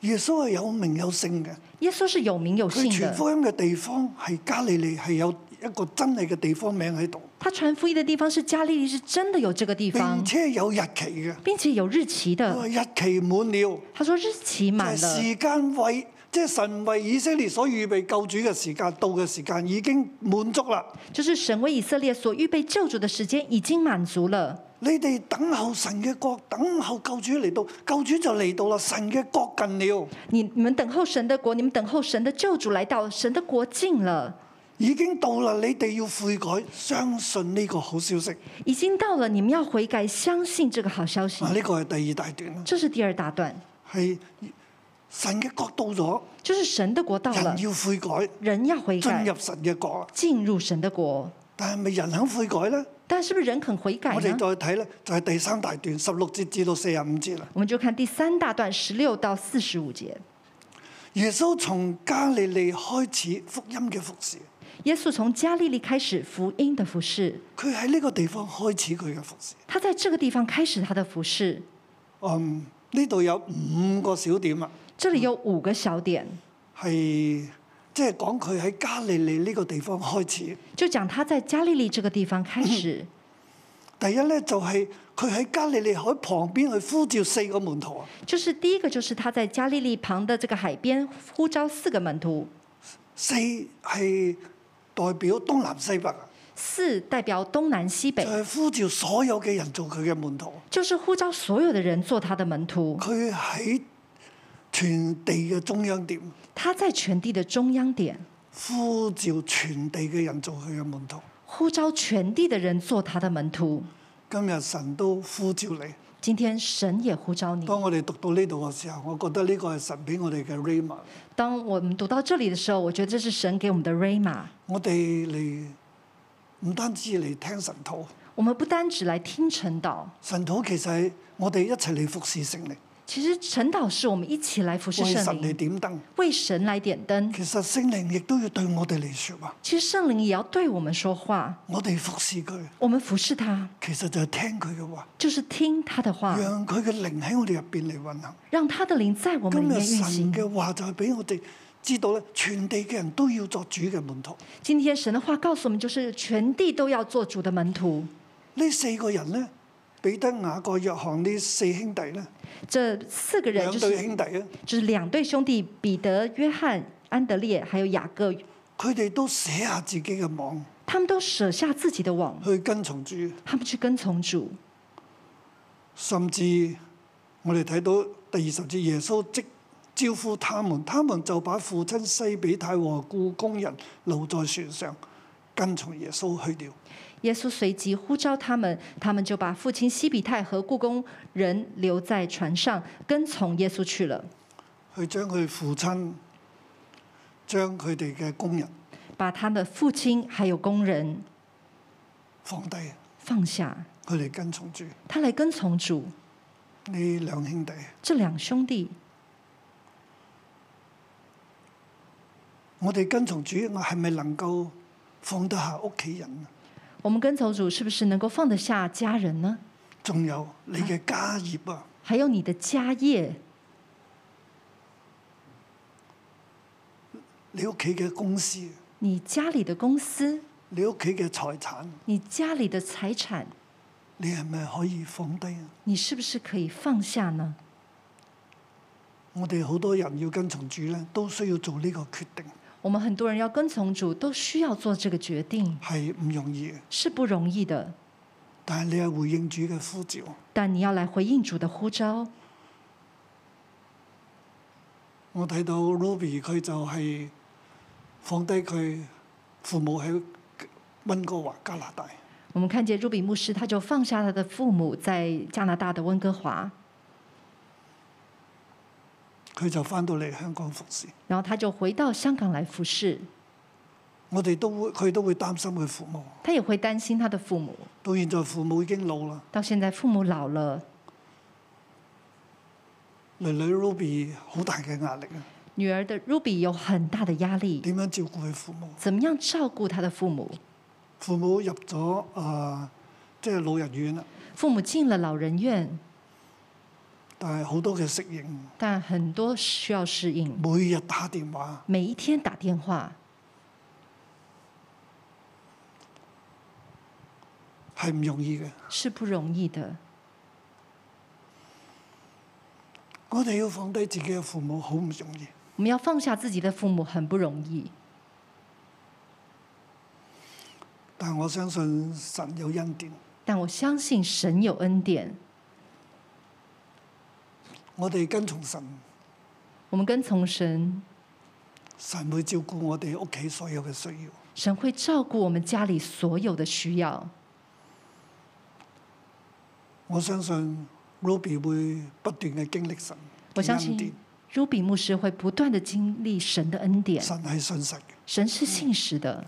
耶穌係有名有姓嘅，
耶穌是有名有
佢
姓
傳
的，
福音嘅地方係加利利，係有一個真係嘅地方名喺度，
他傳福音的地方是加利利，是真的有這個地
並
方，
且哦有日期嘅。
並且有日期的。
日期滿了，
他說日期
就係
滿了，
時間為即係神為以色列所預備救主嘅時間到嘅時間已經滿足啦。
就是神為以色列所預備救主的時間已經滿足了。
你哋等候神嘅國，等候救主嚟到，救主就嚟到啦。神嘅國近了，
你你們等候神的國，你們等候神的救主來到，神的國近了。
已經到啦。你哋要悔改，相信呢個好消息。
已经到了，你们要悔改，相信这个好消息
嗱，。啊呢個係第二大段啦，
这是第二大段，
係神嘅國到咗，
就是神的国到了
人，要悔改，
人要悔
進
改，
入神嘅國啦。
进入神的国。
但係咪人肯悔改呢？
但是不是人肯悔改
我哋
呢？
再睇咧，就係、第三大段十六節至到四十五節啦。
我们就看第三大段十六到四十五节，
耶穌從加利利開始福音嘅服侍，
耶稣从加利利开始福音的服饰，
佢喺呢個地方開始佢嘅服侍。
他在这个地方开始他的服饰。
嗯，呢度有五個小點啊，
这里有五个小点，
係即係講佢喺加利利呢個地方開始。
就讲他在加利利这个地方开始。
第一咧就係佢喺加利利海旁邊去呼召四個門徒啊，
就是第一个，就是他在加利利旁的这个海边呼召四个门徒，
四係代表東南西北啊，
四代表东南西
就
北。
係呼召所有嘅人做佢嘅門徒。
就是呼召所有的人做他的门徒。
佢喺全地嘅中央點
他在全地的中央点
呼召全地嘅人做佢嘅門徒。
呼召全地的人做他的门徒。
今日神都呼召你。
今天神也呼召你。
當我哋讀到呢度嘅時候，我覺得呢個係神俾我哋嘅 rama。
当我们读到这里的时候，我觉得这是神给我们的 rama。
我哋嚟唔單止嚟聽神道，
我们不单只来听晨祷，
神道其實係我哋一齊嚟服侍聖靈，
其实晨祷是我們一起来服侍
為神
圣
嚟
灵，
點燈。
为神来点灯。
其實聖靈亦都要對我哋嚟説話，
其实圣灵也要对我们说话，
我哋服侍佢，
我们服侍他
其實就係聽佢嘅話，
就是听他的话，
讓佢嘅靈喺我哋入邊嚟運行。
让他的灵在我们
今
里
日
面运
神
行。
嘅話就係俾我哋知道咧，全地嘅人都要作主嘅門徒。
今天神的话告诉我们，就是全地都要做主的门徒。
呢四個人咧，彼得、雅各、約翰呢四兄弟咧，
这四个人
兩
就
對
是
兄弟啊。
就是两对兄弟彼得、约翰、安德烈还有雅各，
佢哋都捨下自己嘅網
他们都舍下自己的网，
去跟從主，
他们去跟从主。
甚至我哋睇到第二十節，耶穌即招呼他們，他們就把父親西比太和雇工人留在船上，跟從耶穌去了。
耶稣随即呼召他们，他们就把父亲西比泰和故宫人留在船上，跟从耶稣去了，
去將佢父親，將佢哋嘅工人
把他的父親还有工人
放低，
放下，
佢哋跟從主。
他来跟从主。
呢兩兄弟，
这两兄弟，
我哋跟從主，我係咪能夠放得下屋企人啊？
我们跟从主是不是能够放得下家人呢？
仲有你嘅家業啊！
还有你的家业，你屋企嘅公司、
你家里的公司，
你屋企嘅財產，
你家里的财产，
你係咪可以放低啊？
你是不是可以放下呢？
我哋好多人要跟從主咧，都需要做呢個決定，
我们很多人要跟从主，都需要做这个决定，
係唔容易嘅。
是不容易的。
但係你係回應主嘅呼召，
但你要来回应主的呼召。
我睇到 Ruby 佢就係放低佢父母喺温哥華加拿大，
我们看见入比牧师，他就放下他的父母在加拿大的温哥华，
佢就翻到嚟香港服侍。
然后他就回到香港来服侍。
我哋都會佢都會擔心佢父母。
他也会担心他的父母。
到現在父母已經老啦，
到现在父母老了，
女女 Ruby 好大嘅壓力啊！
女儿的 Ruby 有很大的压力，
點樣照顧佢父母？
怎么样照顾他的父母？
父母入咗啊、即係老人院啊啦，
父母进了老人院，
但係好多嘅適應，
但很多需要适应，
每日打電話，
每一天打电话
係唔容易嘅。
是不容易的。
我哋要放低自己嘅父母好唔容易。
我们要放下自己的父母很不容易，
但我相信神有恩典，
但我相信神有恩典。
我哋跟從神，
我们跟从神，
神會照顧我哋屋企所有嘅需要。
神会照顾我们家里所有的需要。
我相信 Ruby 會不斷嘅經歷神
我相
嘅恩典
信，Ruby 牧师会不断的經歷神的恩典，
神係信實嘅。
神是信实的。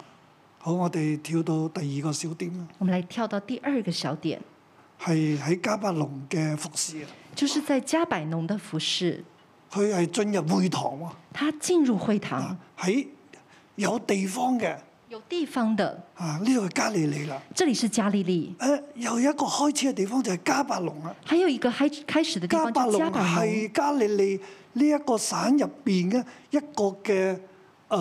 好，我哋跳到第二個小點啦，
我们来跳到第二个小點，
係喺加百隆嘅服侍啊。
就是在加百农的服饰，
佢係進入會堂喎，
他进入会堂
啊，喺有地方嘅
有地方的，
啊，呢度係加利利啦。
这里是加利利，
誒、又有一個開始嘅地方就係加百隆啊啦。
还有一个开开始的地
加
方
百
叫
隆
加百农，
係加利利呢一個省入邊嘅一個嘅誒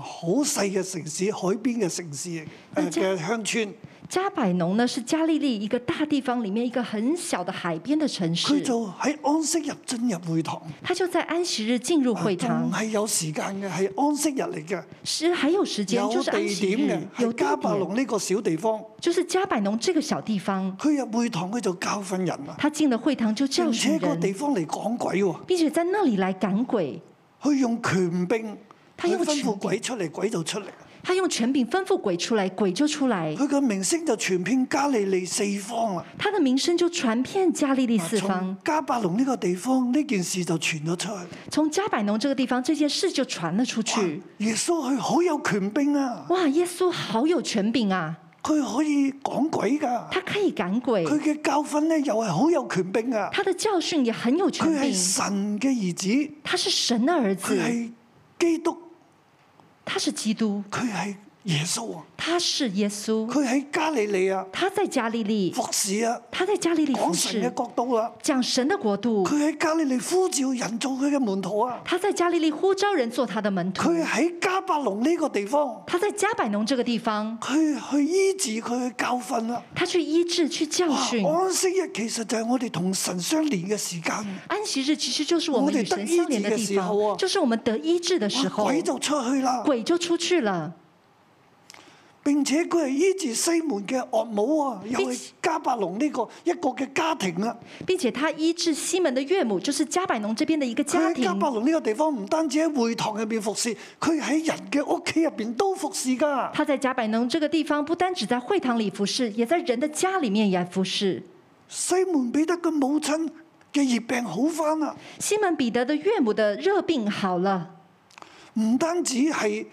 好細嘅城市，海邊嘅城市誒
那加
嘅鄉村。
加百农呢是加利利一个大地方里面一个很小的海边的城
佢
市，
就喺安息日進入會堂，
他就在安息日进入
啊
会堂
仲，係有時間嘅，係安息日嚟嘅。
是还有时间，
有
就是
地
安息日
點嘅，，
有
喺
地
加百
点，
隆呢個小地方，
就是加百农这个小地方，
佢入會堂佢就教訓人啊，
他进了会堂就教
而且
训
個
人。
地方嚟講鬼喎，
并且在那里来赶鬼，
佢用權柄，
他用
佢吩
權柄
咐鬼出嚟，鬼就出嚟。
他用权柄吩咐鬼出来，鬼就出来，
佢嘅名聲就傳遍加利利四方啦，
他的名声就传遍加利利
啊
四方
從。加百隆呢個地方呢件事就傳咗出去。
从加百农这个地方，这件事就传了出去
哇。耶穌佢好有權柄啊，
哇，耶稣好有权柄啊，
佢可以講鬼㗎，
他可以赶鬼，
佢嘅教訓咧又係好有權柄啊，
他的教训也很有权
佢係
柄。
神嘅兒子，
他是神的儿子
佢，係基督，
他是基督，
佢係耶穌啊。
他是耶稣，
佢喺加利利啊
他在加利利，
服侍啊，
他在加利利服
講神
侍
嘅，國度啦。
讲神的国度
佢。喺加利利呼召人做佢嘅門徒啊。
他在加利利呼召人做他的门徒。
佢喺加百隆呢個地方，
他在加百农这个地方，
佢去醫治佢去教啊訓啦。
他去医治、去教
哇！哦
训。
安息日其實就係我哋同神相連嘅時間。
安息日其实就是我
我
们
哋
与神
得
相
医
连
治
的
嘅
地
时候啊
方，就是我们得医治的时
哇
候，
鬼就出去啦，
鬼就出去了，
並且佢係醫治西門嘅岳母啊，又
並
係
且
加百隆呢個一個嘅家庭啊。
并且他医治西门的岳母，就是加百农这边的一个
佢
家
喺加
庭。
百隆呢個地方唔單止喺會堂入邊服侍，佢喺人嘅屋企入邊都服侍㗎。
他在加百农这个地方，不单只在会堂里服侍，也在人的家里面也服侍。
西門彼得嘅母親嘅熱病好翻啦，
西门彼得的岳母的热病好了，
唔單止係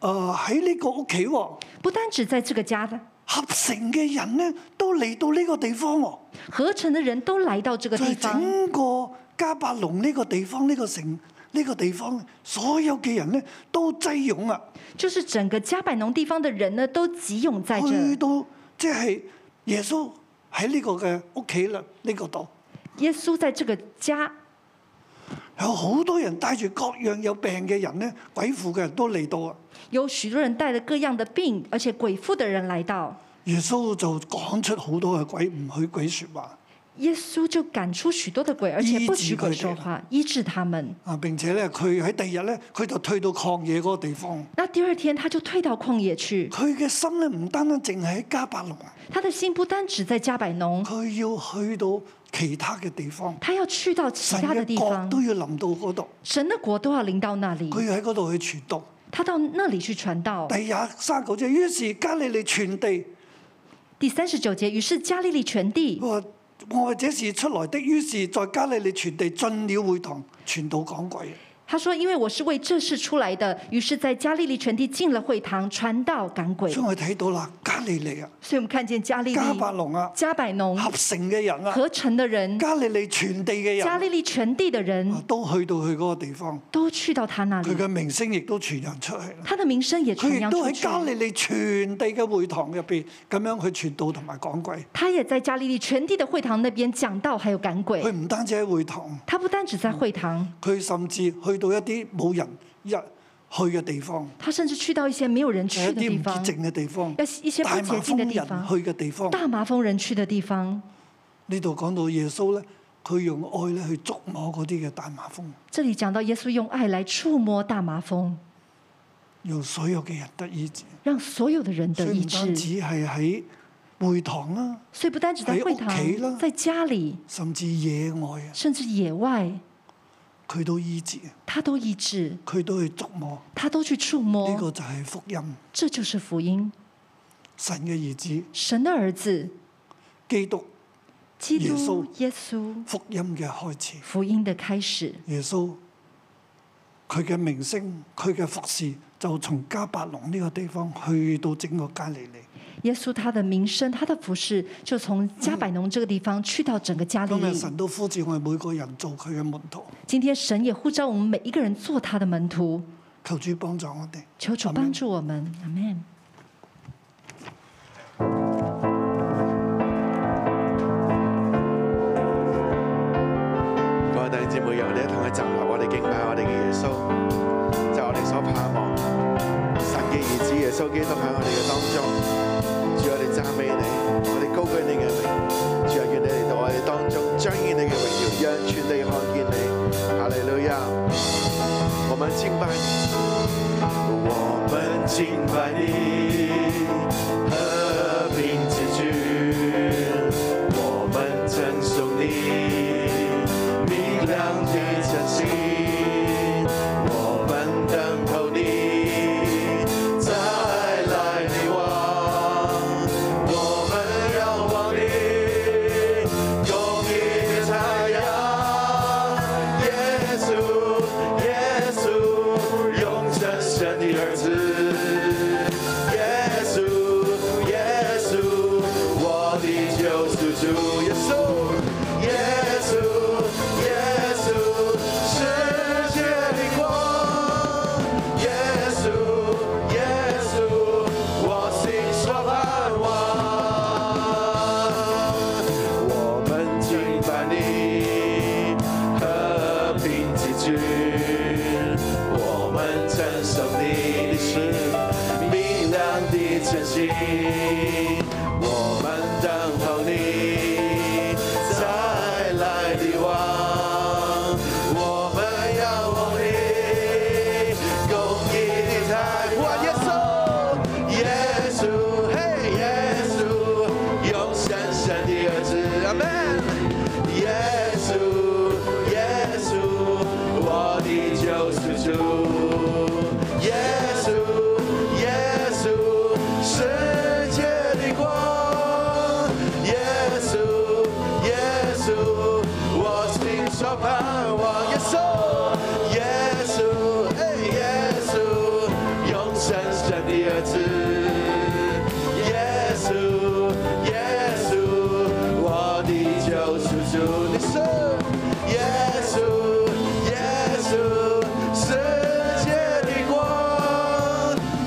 誒喺呢個屋企喎，
不单只在这个家的，
合成嘅人呢都嚟到呢個地方喎，
合成的人都来到这个
就
地
係
方，
整個加百隆呢個地方呢、個城。呢個地方所有嘅人呢都擠擁啊，
就是整个加百农地方的人呢，都集涌在这。
哦
去到即係耶穌喺呢個嘅屋企啦，呢個度
耶稣在这个家，
有好多人帶住各樣有病嘅人咧，鬼附嘅人都嚟到啊！
有许多人带了各样的病，而且鬼附的人来到，
耶穌就講出好多嘅鬼唔許鬼説話
耶稣就赶出许多的鬼，而且不许鬼说话，医治他们。
啊！並且咧，佢喺第二日咧，佢就退到曠野嗰個地方。
那第二天他就退到曠野去，
佢嘅心咧唔單單淨係喺加百隆，啊
他的心不单只在加百农，
佢要去到其他嘅地方，
他要去到其
神
他的
嘅
地
國
方，
都要臨到嗰度，
神的国都要临到那里，
佢要喺嗰度去傳道。
他到那里去传道。
第廿三九節，於是加利利全地，
第三十九节，于是加利利全地，
佢話我這是出來的，於是在加利利全地進了會堂，傳道講鬼。
他说：“因为我是为这事出来的。”于是，在加利利全地进了会堂，传道赶鬼。
所以
所
我睇到啦，加利利啊，
以，我们看见加利利、
加百隆啊，
加百农
合成嘅人啊，
合成的人，
加啊利利全地嘅人
加
啊
利利全地的人
都去到去嗰個地方，
都去到他那
佢
里，
嘅名聲亦都傳揚出去啦。
他的名声也传
佢亦
扬
都
出
喺
去。
加利利全地嘅會堂入邊咁樣去傳道同埋講鬼。
他也在加利利全地的会堂那边讲道，还有赶鬼
佢。唔單止喺會堂，
他不单只在会堂，
佢甚至去到一啲冇人一去嘅地方，
他甚至去到一些没有人
一
去
啲
的地
唔潔
方，
淨嘅地方，
要一些不
大麻
洁
風
净的
人
地方，
去嘅地方。
大麻风人去的地方。
呢度講到耶穌咧，佢用愛咧去觸摸嗰啲嘅大麻風，
这里讲到耶稣用爱来触摸大麻风，
讓所有嘅人得醫治。
让所有的人
所
得
以
医
唔單
治。
止係喺會堂啦，
所以不单只在
喺
会
屋企啦
堂，在家里，
甚至野外啊，
甚至野外，
佢都醫治，
他都医治，
佢都去觸摸。
他都去触
呢、個
摸。
就係福音，
这就是福音，
神嘅兒子
神的儿子
基督
基
耶
督
稣
耶稣，
福音嘅開始。
福音的开始。
耶穌佢嘅名聲，佢嘅服侍就從加百隆呢個地方去到整個加利利。
耶稣他的名声，他的服饰，就从加百农这个地方去到整个加利
今日
利。
神都呼召我哋每個人做佢嘅門徒，
今天神也呼召我们每一个人做他的门徒，
求主幫助我哋。
求主帮助我们。阿门。
各位弟兄姊妹，讓我哋一同去站立，我哋敬拜我哋嘅耶穌，就係我哋所盼望神嘅兒子耶穌基督喺我哋嘅當中。主，我哋讚美你，我哋高舉你嘅名。主啊，願你嚟到我哋當中，彰顯你嘅榮耀，讓全地看見你。哈利路亞！我們敬拜你，我們敬拜你。和平之君，我们称颂你，明亮的晨曦，我们等候你，再来的王，我们仰望你，公义的太阳，耶稣，耶稣，永生神的儿子。耶稣，耶稣，我的救赎主耶稣，耶稣，耶稣，世界的光，耶稣，耶稣，我心所盼望，我们敬拜你，和平之君，我们承受你的事。明亮的晨曦，我们等候你再来的王，我们仰望你公义的太阳，耶稣，耶稣，嘿，耶稣，用神圣的儿子，阿门，耶稣，耶稣，我的救世主，耶稣。耶稣，世界的光，耶稣，耶稣，我心所盼望，耶稣，耶稣，哎，耶稣，永生神的儿子，耶稣，耶稣，我的救世主，你是耶稣，耶稣，世界的光。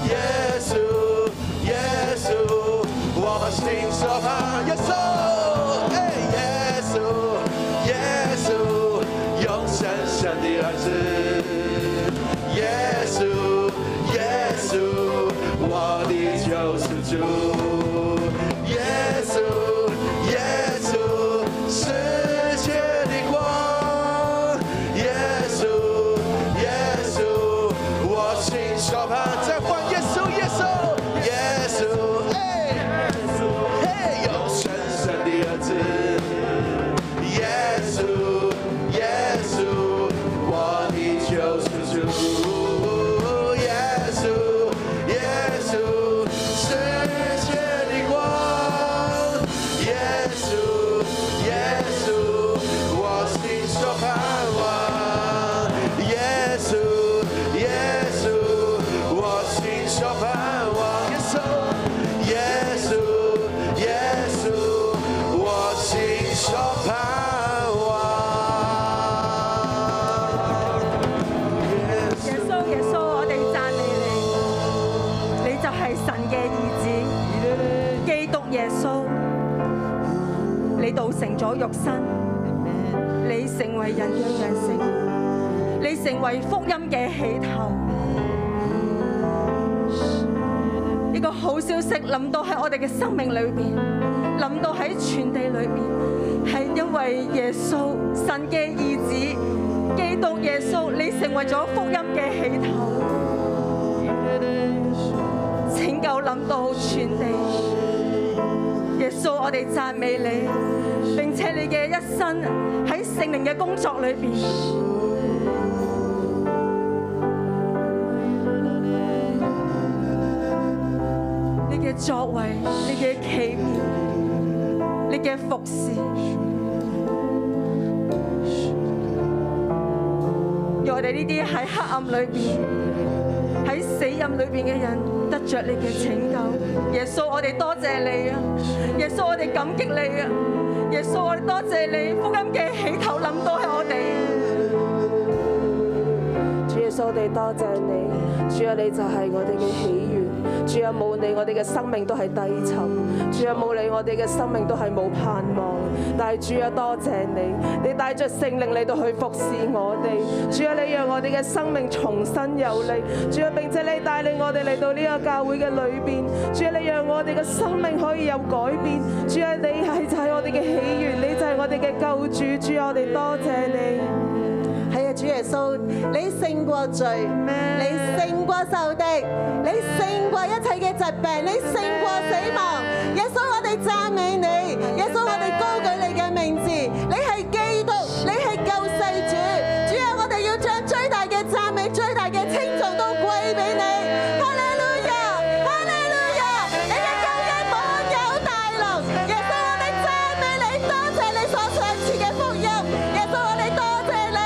耶稣，耶稣，我心所盼，耶稣，哎，耶稣，耶稣，耶战士，耶稣，耶稣，我的救世主，耶稣，耶稣，世界的光，耶稣，耶稣，我心所盼，再换耶稣，耶稣，耶稣，哎，嘿，有神圣的儿子。耶稣，耶稣，我的救世主。耶稣，耶稣，世界的光。耶稣，耶稣，我心所盼望。耶稣，耶稣，我心所盼望。耶稣，耶稣，耶稣。我心所盼望。
耶穌耶穌，我哋讚美你，你就係神嘅兒子，基督耶穌，你道成咗肉身，你成為人嘅樣式，你成為福音嘅起頭。呢個好消息諗到喺我哋嘅生命裏邊，諗到喺全地裏邊，係因為耶穌神嘅兒子基督耶穌，你成為咗福音嘅起頭，拯救諗到全地。耶穌，我哋讚美你，並且你嘅一生喺聖靈嘅工作裏邊。你嘅作為，你嘅企業，你嘅服侍，讓我哋呢啲喺黑暗裏邊、喺死蔭裏邊嘅人得着你嘅拯救。耶穌，我哋多謝你啊！耶穌，我哋感激你啊！耶穌，我哋多謝你，福音嘅起頭諗到係我哋。
主耶穌，我哋多謝你，主啊，你就係我哋嘅喜悦。主啊，冇你，我哋嘅生命都係低沉；主啊，冇你，我哋嘅生命都係冇盼望。但係主啊，多謝你，你帶着聖靈嚟到去服侍我哋。主啊，你讓我哋嘅生命重新有力。主啊，並且你帶領我哋嚟到呢個教會嘅裏邊。主啊，你讓我哋嘅生命可以有改變。主啊，你係就係我哋嘅喜悦，你就係我哋嘅救主。主啊，我哋多謝你。
係啊，主耶穌，你勝過罪，你勝過仇敵，你勝過一切嘅疾病，你勝過死亡。耶穌，我哋讚美你，耶穌，我哋高舉你嘅名字，你係基督，你係救世主。主啊，我哋要將最大嘅讚美、最大嘅稱頌都歸俾你。哈利路亞，哈利路亞，你嘅救恩滿有大能。耶穌，我哋讚美你，多謝你所賞賜嘅福音。耶穌，我哋多謝你。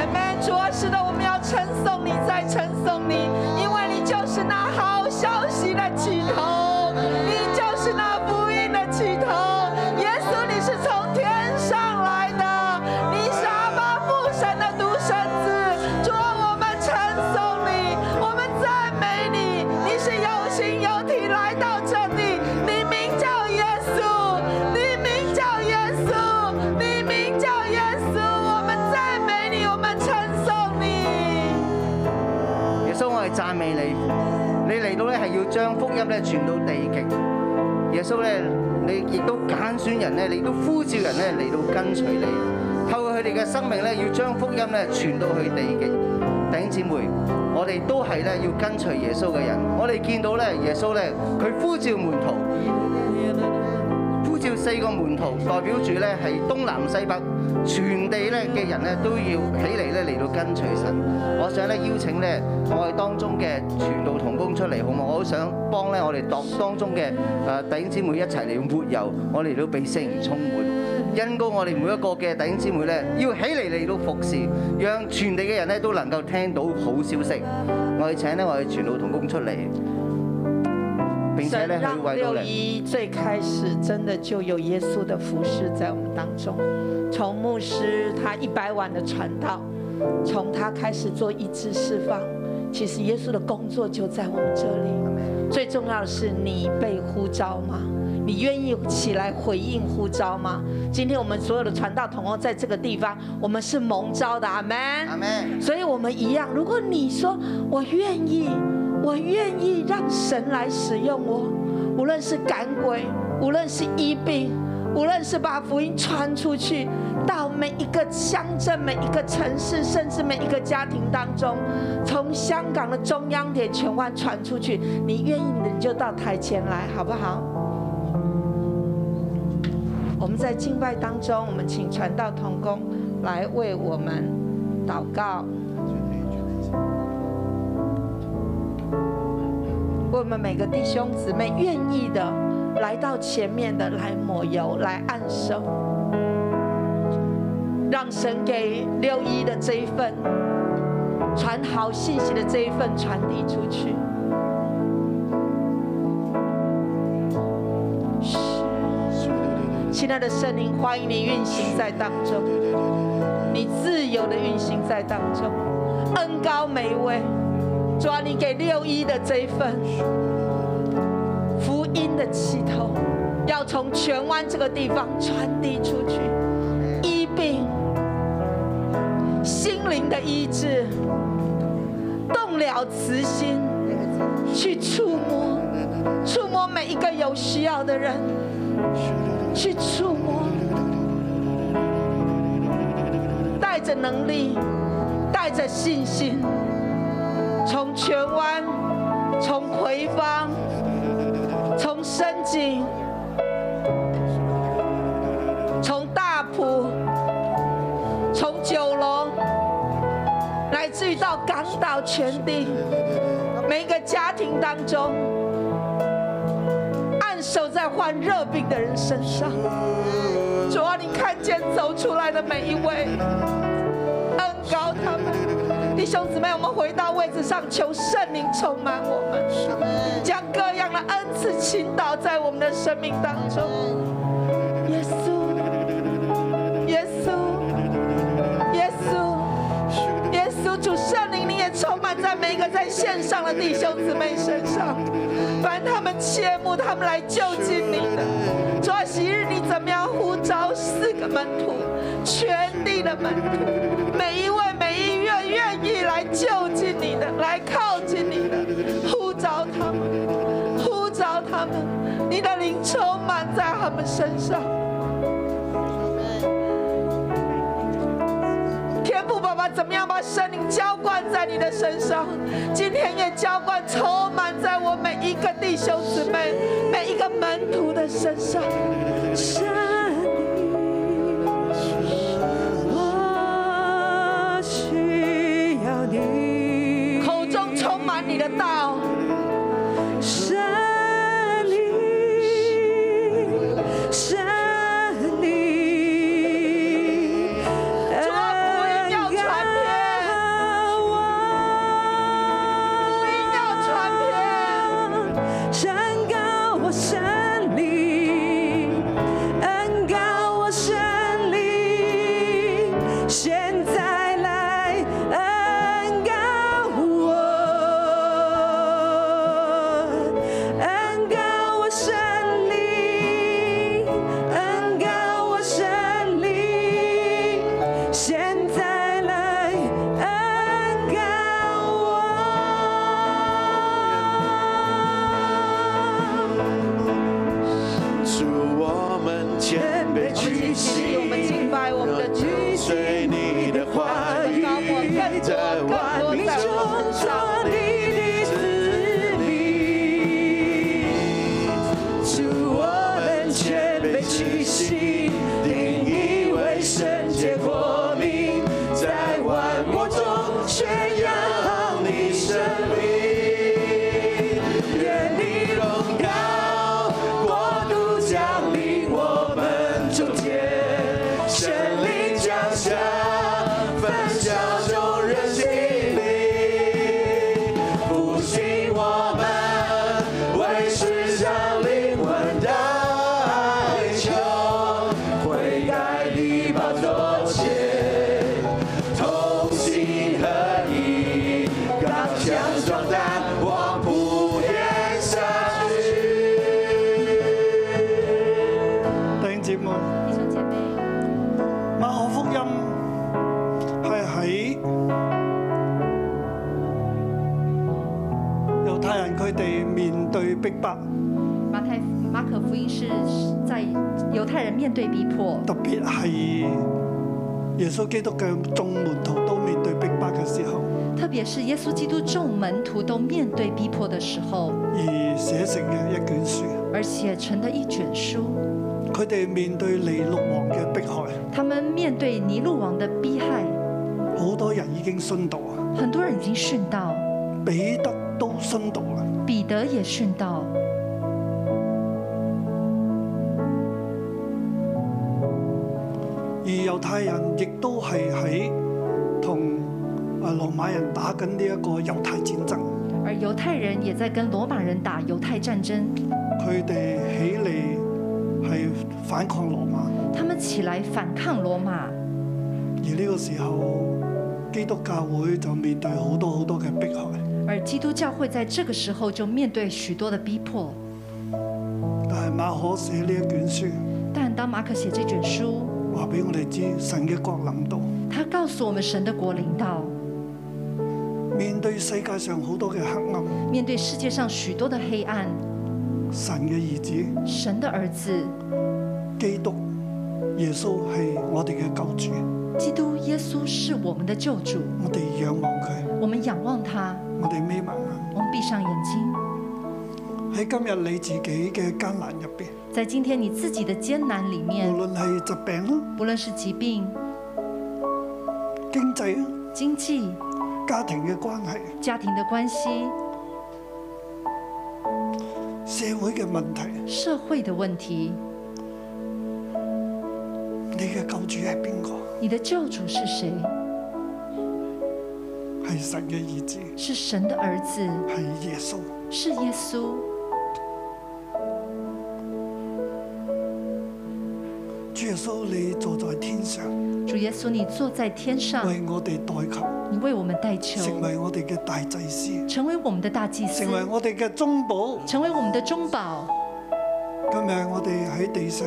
Amen。主啊，是的，我们要称颂你，再称颂你，因为你就是那好消息的起头，你就是那福音的起头。耶稣，你是从天上来的，你是阿爸父神的独生子。主啊，我们称颂你，我们赞美你，你是有形有体来到这里，你名叫耶稣，你名叫耶稣，你名叫耶稣，我们赞美你，我们称颂你。
耶穌，我哋讚美你，你嚟到咧係要將福音咧傳到地極。耶穌咧，你亦都揀選人咧，你都呼召人咧嚟到跟隨你，透過佢哋嘅生命咧，要將福音咧傳到去地極。弟兄姊妹，我哋都係咧要跟隨耶穌嘅人。我哋見到咧，耶穌咧，佢呼召門徒。呼召四個門徒，代表住咧係東南西北全地咧嘅人咧都要起嚟咧嚟到跟隨神。我想咧邀請咧我哋當中嘅傳道同工出嚟，好唔好？我好想幫咧我哋當當中嘅誒弟兄姊妹一齊嚟抹油，我哋都被聖靈充滿。因高我哋每一個嘅弟兄姊妹咧，要起嚟嚟到服侍，讓全地嘅人咧都能夠聽到好消息。我哋請咧我哋傳道同工出嚟，並且
神
咧去
让
為到
六
你。
一最开始真的就有耶稣的服饰在我们当中，从牧师他一百晚的传道，从他开始做医治释放，其实耶稣的工作就在我们这里。最重要的是你被呼召吗？你你愿意起来回应呼召吗？今天我们所有的传道同工在这个地方，我们是蒙召的，阿门。
阿门。
所以我们一样，如果你说我愿意，我愿意让神来使用我，无论是赶鬼，无论是医病，无论是把福音传出去到每一个乡镇、每一个城市，甚至每一个家庭当中，从香港的中央点全湾传出去，你愿意你就到台前来，好不好？我们在敬拜当中，我们请传道同工来为我们祷告，为我们每个弟兄姊妹愿意的来到前面的来抹油，来按手，让神给六一的这一份传好信息的这一份传递出去。亲爱的圣灵，欢迎你运行在当中，你自由的运行在当中，恩高每一位，主啊，你给六一的这一份福音的起头，要从荃湾这个地方传递出去，医病、心灵的医治，动了慈心，去触摸，触摸每一个有需要的人。去触摸，带着能力，带着信心，从荃湾，从葵芳，从深井，从大埔，从九龙，乃至于到港岛全地，每一个家庭当中。按手在患热病的人身上。主啊，你看见走出来的每一位，恩高他们。弟兄姊妹，我们回到位置上，求圣灵充满我们，将各样的恩赐倾倒在我们的生命当中。耶稣，耶稣，耶稣，耶稣，主圣灵，你也充满在每一个在线上的弟兄姊妹身上。凡他们切慕，他们来就近你的。主啊，昔日你怎么样呼召四个门徒，全地的门徒，每一位每一愿愿意来就近你的，来靠近你的，呼召他们，呼召他们，你的灵充满在他们身上。天父爸爸怎么样把圣灵浇灌在你的身上？今天也浇灌充满在我每一个弟兄姊妹、每一个门徒的身上。圣灵，我需要你，口中充满你的道。神灵，神灵，主啊，福音要传遍，福音要传遍，
山高我山里，恩高我山里，现在来恩高我，恩高我山里，恩高我山里，现在来恩高我。
主，我们谦卑屈膝，
我们敬拜我们的主
跟随你的话语，在万民中造你的子民。主，我们谦卑屈膝，定义为圣洁国民，在万国中宣扬你生命。愿你荣耀国度降临我们中间，神灵降下，分享众人心灵，复兴我们为世上灵魂的哀求，悔改的宝座前。同心合一，刚强壮胆，往普遍下去。
猶太人佢哋面對逼迫，
马太马可福音是在犹太人面对逼迫，
特別係耶穌基督嘅眾門徒都面對逼迫嘅時候，
特別是耶穌基督众门徒都面對逼迫的時候，
而寫成嘅一卷書。
而且成了一卷書。
佢哋面對尼禄王嘅迫害，
他们面對尼禄王的逼害，
好多人已經殉道啊，
很多人已經殉道，
彼得都殉道啊啦。
彼得也殉道。
而猶太人亦都係喺同誒羅馬人打緊呢一個猶太戰爭，
而猶太人也在跟羅馬人打猶太戰爭，
佢哋起嚟係反抗羅馬，
他們起來反抗羅馬。
而呢個時候基督教會就面對好多好多嘅迫害，
而基督教會在這個時候就面對許多的逼迫。
但係馬可寫呢一卷書
但當馬可寫這卷書，
話俾我哋知，神嘅國臨到，
他告訴我們神的國領導，
面對世界上好多嘅黑暗，
面對世界上許多的黑暗，
神嘅兒子
神的兒子
基督耶穌係我哋嘅救主，
基督耶穌是我們的救主，
我哋仰望佢，
我們仰望他，
我哋眯埋眼。
我們閉上眼睛。
喺今日你自己嘅艱難入邊，
在今天你自己的艱難裡面
無，論係疾病啦、
不論是疾病、
經濟啦、
經濟、
家庭嘅關係、
家庭的關係、
社會嘅問題，
社會的問題，
你嘅救主係邊個？
你的救主是誰？
係神嘅兒子，
是神的兒子，
係耶穌。
是耶穌。
主耶穌，你坐在天上，
主耶穌，你坐在天上，
為我哋代求，
你為我們代求，
成為我哋嘅大祭司，
成為我們的大祭司
成，為我哋嘅中保。
成為我們的中保。
今日我哋喺地上，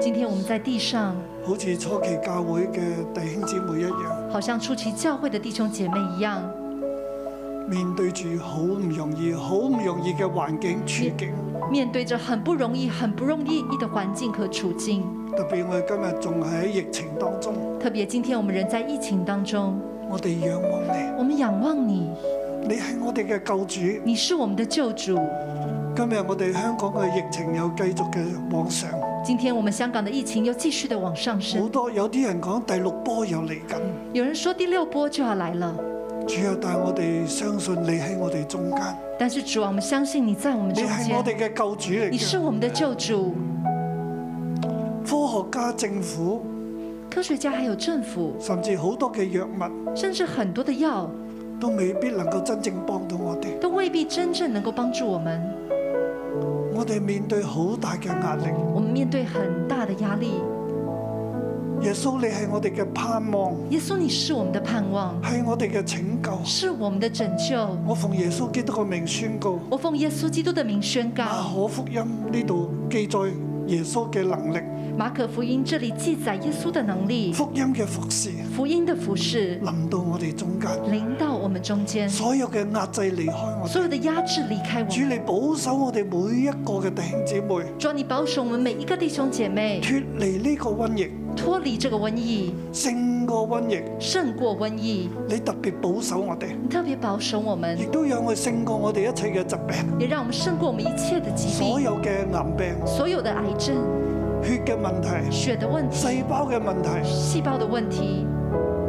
今天我們在地上，
好似初期教會嘅弟兄姊妹一樣，
好像初期教會的弟兄姐妹一樣，
面對住好唔容易、好唔容易嘅環境處境。
面對着很不容易、很不容易的環境和處境。
特別我哋今日仲喺疫情當中，
特別今天我們人在疫情當中，
我哋仰望你，
我們仰望你，
你係我哋嘅救主。
你是我們的救主。
今日我哋香港嘅疫情又繼續嘅往上，
今天我們香港的疫情又繼續的往上
好
升，
多有啲人講第六波又嚟緊。
有人說第六波就要來了，
主啊，但係我哋相信你喺我哋中間，
但是主啊，我們相信你在我們
你
中
係我哋
間，
嘅救主嚟
你是
嘅。
我們的救主。
科學家、政府，
科學家還有政府，
甚至好多嘅藥物
甚至很多的藥
都未必能夠真正幫到我哋。
都未必真正能夠幫助我們。
我哋面對好大嘅壓力。
我們面對很大的壓力，
耶穌，你係我哋嘅盼望，
耶穌你是我們的盼望，
係我哋嘅拯救。
是我們的拯救。
我奉耶穌基督嘅名宣告，
我奉耶穌基督的名宣
馬
告，
可福音呢度記載耶穌嘅能力、
馬可福音這裡記載耶穌的能力，
福音嘅服侍，
福音的服饰
臨到我哋中間，
臨到我們中間，
所有嘅壓制離開我哋。
所有的壓制離開我
主
們。
你保守我哋每一個嘅弟兄姊妹
主啊，你保守我們每一個弟兄姐妹
脱離呢個瘟疫，
脫離這個瘟疫，
勝過瘟疫。
勝過瘟疫。
你特別保守我哋，
你特別保守我們
亦，都讓我哋勝過我哋一切嘅疾病，
也讓我們勝過我們一切的疾
所
病，
有嘅癌病、
所有的癌症、
血嘅問題、
血的問題、
細胞嘅問題，
細胞的問題，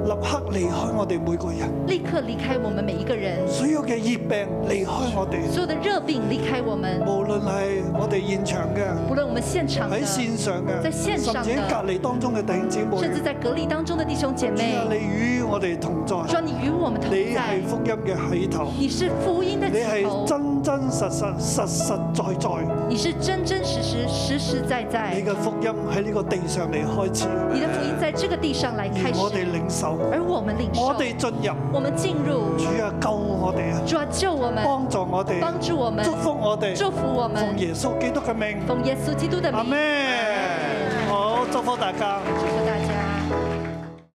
立刻離開我哋每個人。
立刻離開我們每一個人。
所有嘅熱病離開我哋。
所有的熱病離開我們，
無論係我哋現場嘅、
無論我們現場的，
喺線
甚
上嘅，
在線上
甚
嘅
至喺隔離當中嘅弟兄姊妹，
至在隔離當中的弟兄姐
主
妹
啊，，你與我哋同在，
說你與我們同
你
在
係，福音嘅起頭，
你是福音的
你
起
係
頭，
真真實實、實實在在，
你是真真實實、實實在在
你，嘅福音喺呢個地上嚟開始，
你的福音在這個地上來開
而我哋
始，
領受，
而我們領
我
受，
哋進入，
我們進入，
主啊救我哋啊，
主啊救我們，
幫助我哋，
幫助我們
祝，福我哋，
祝福我
奉
們，
耶穌基督嘅名，
奉耶穌基督的
阿
名，
咩？好，祝福大家。
祝福大家。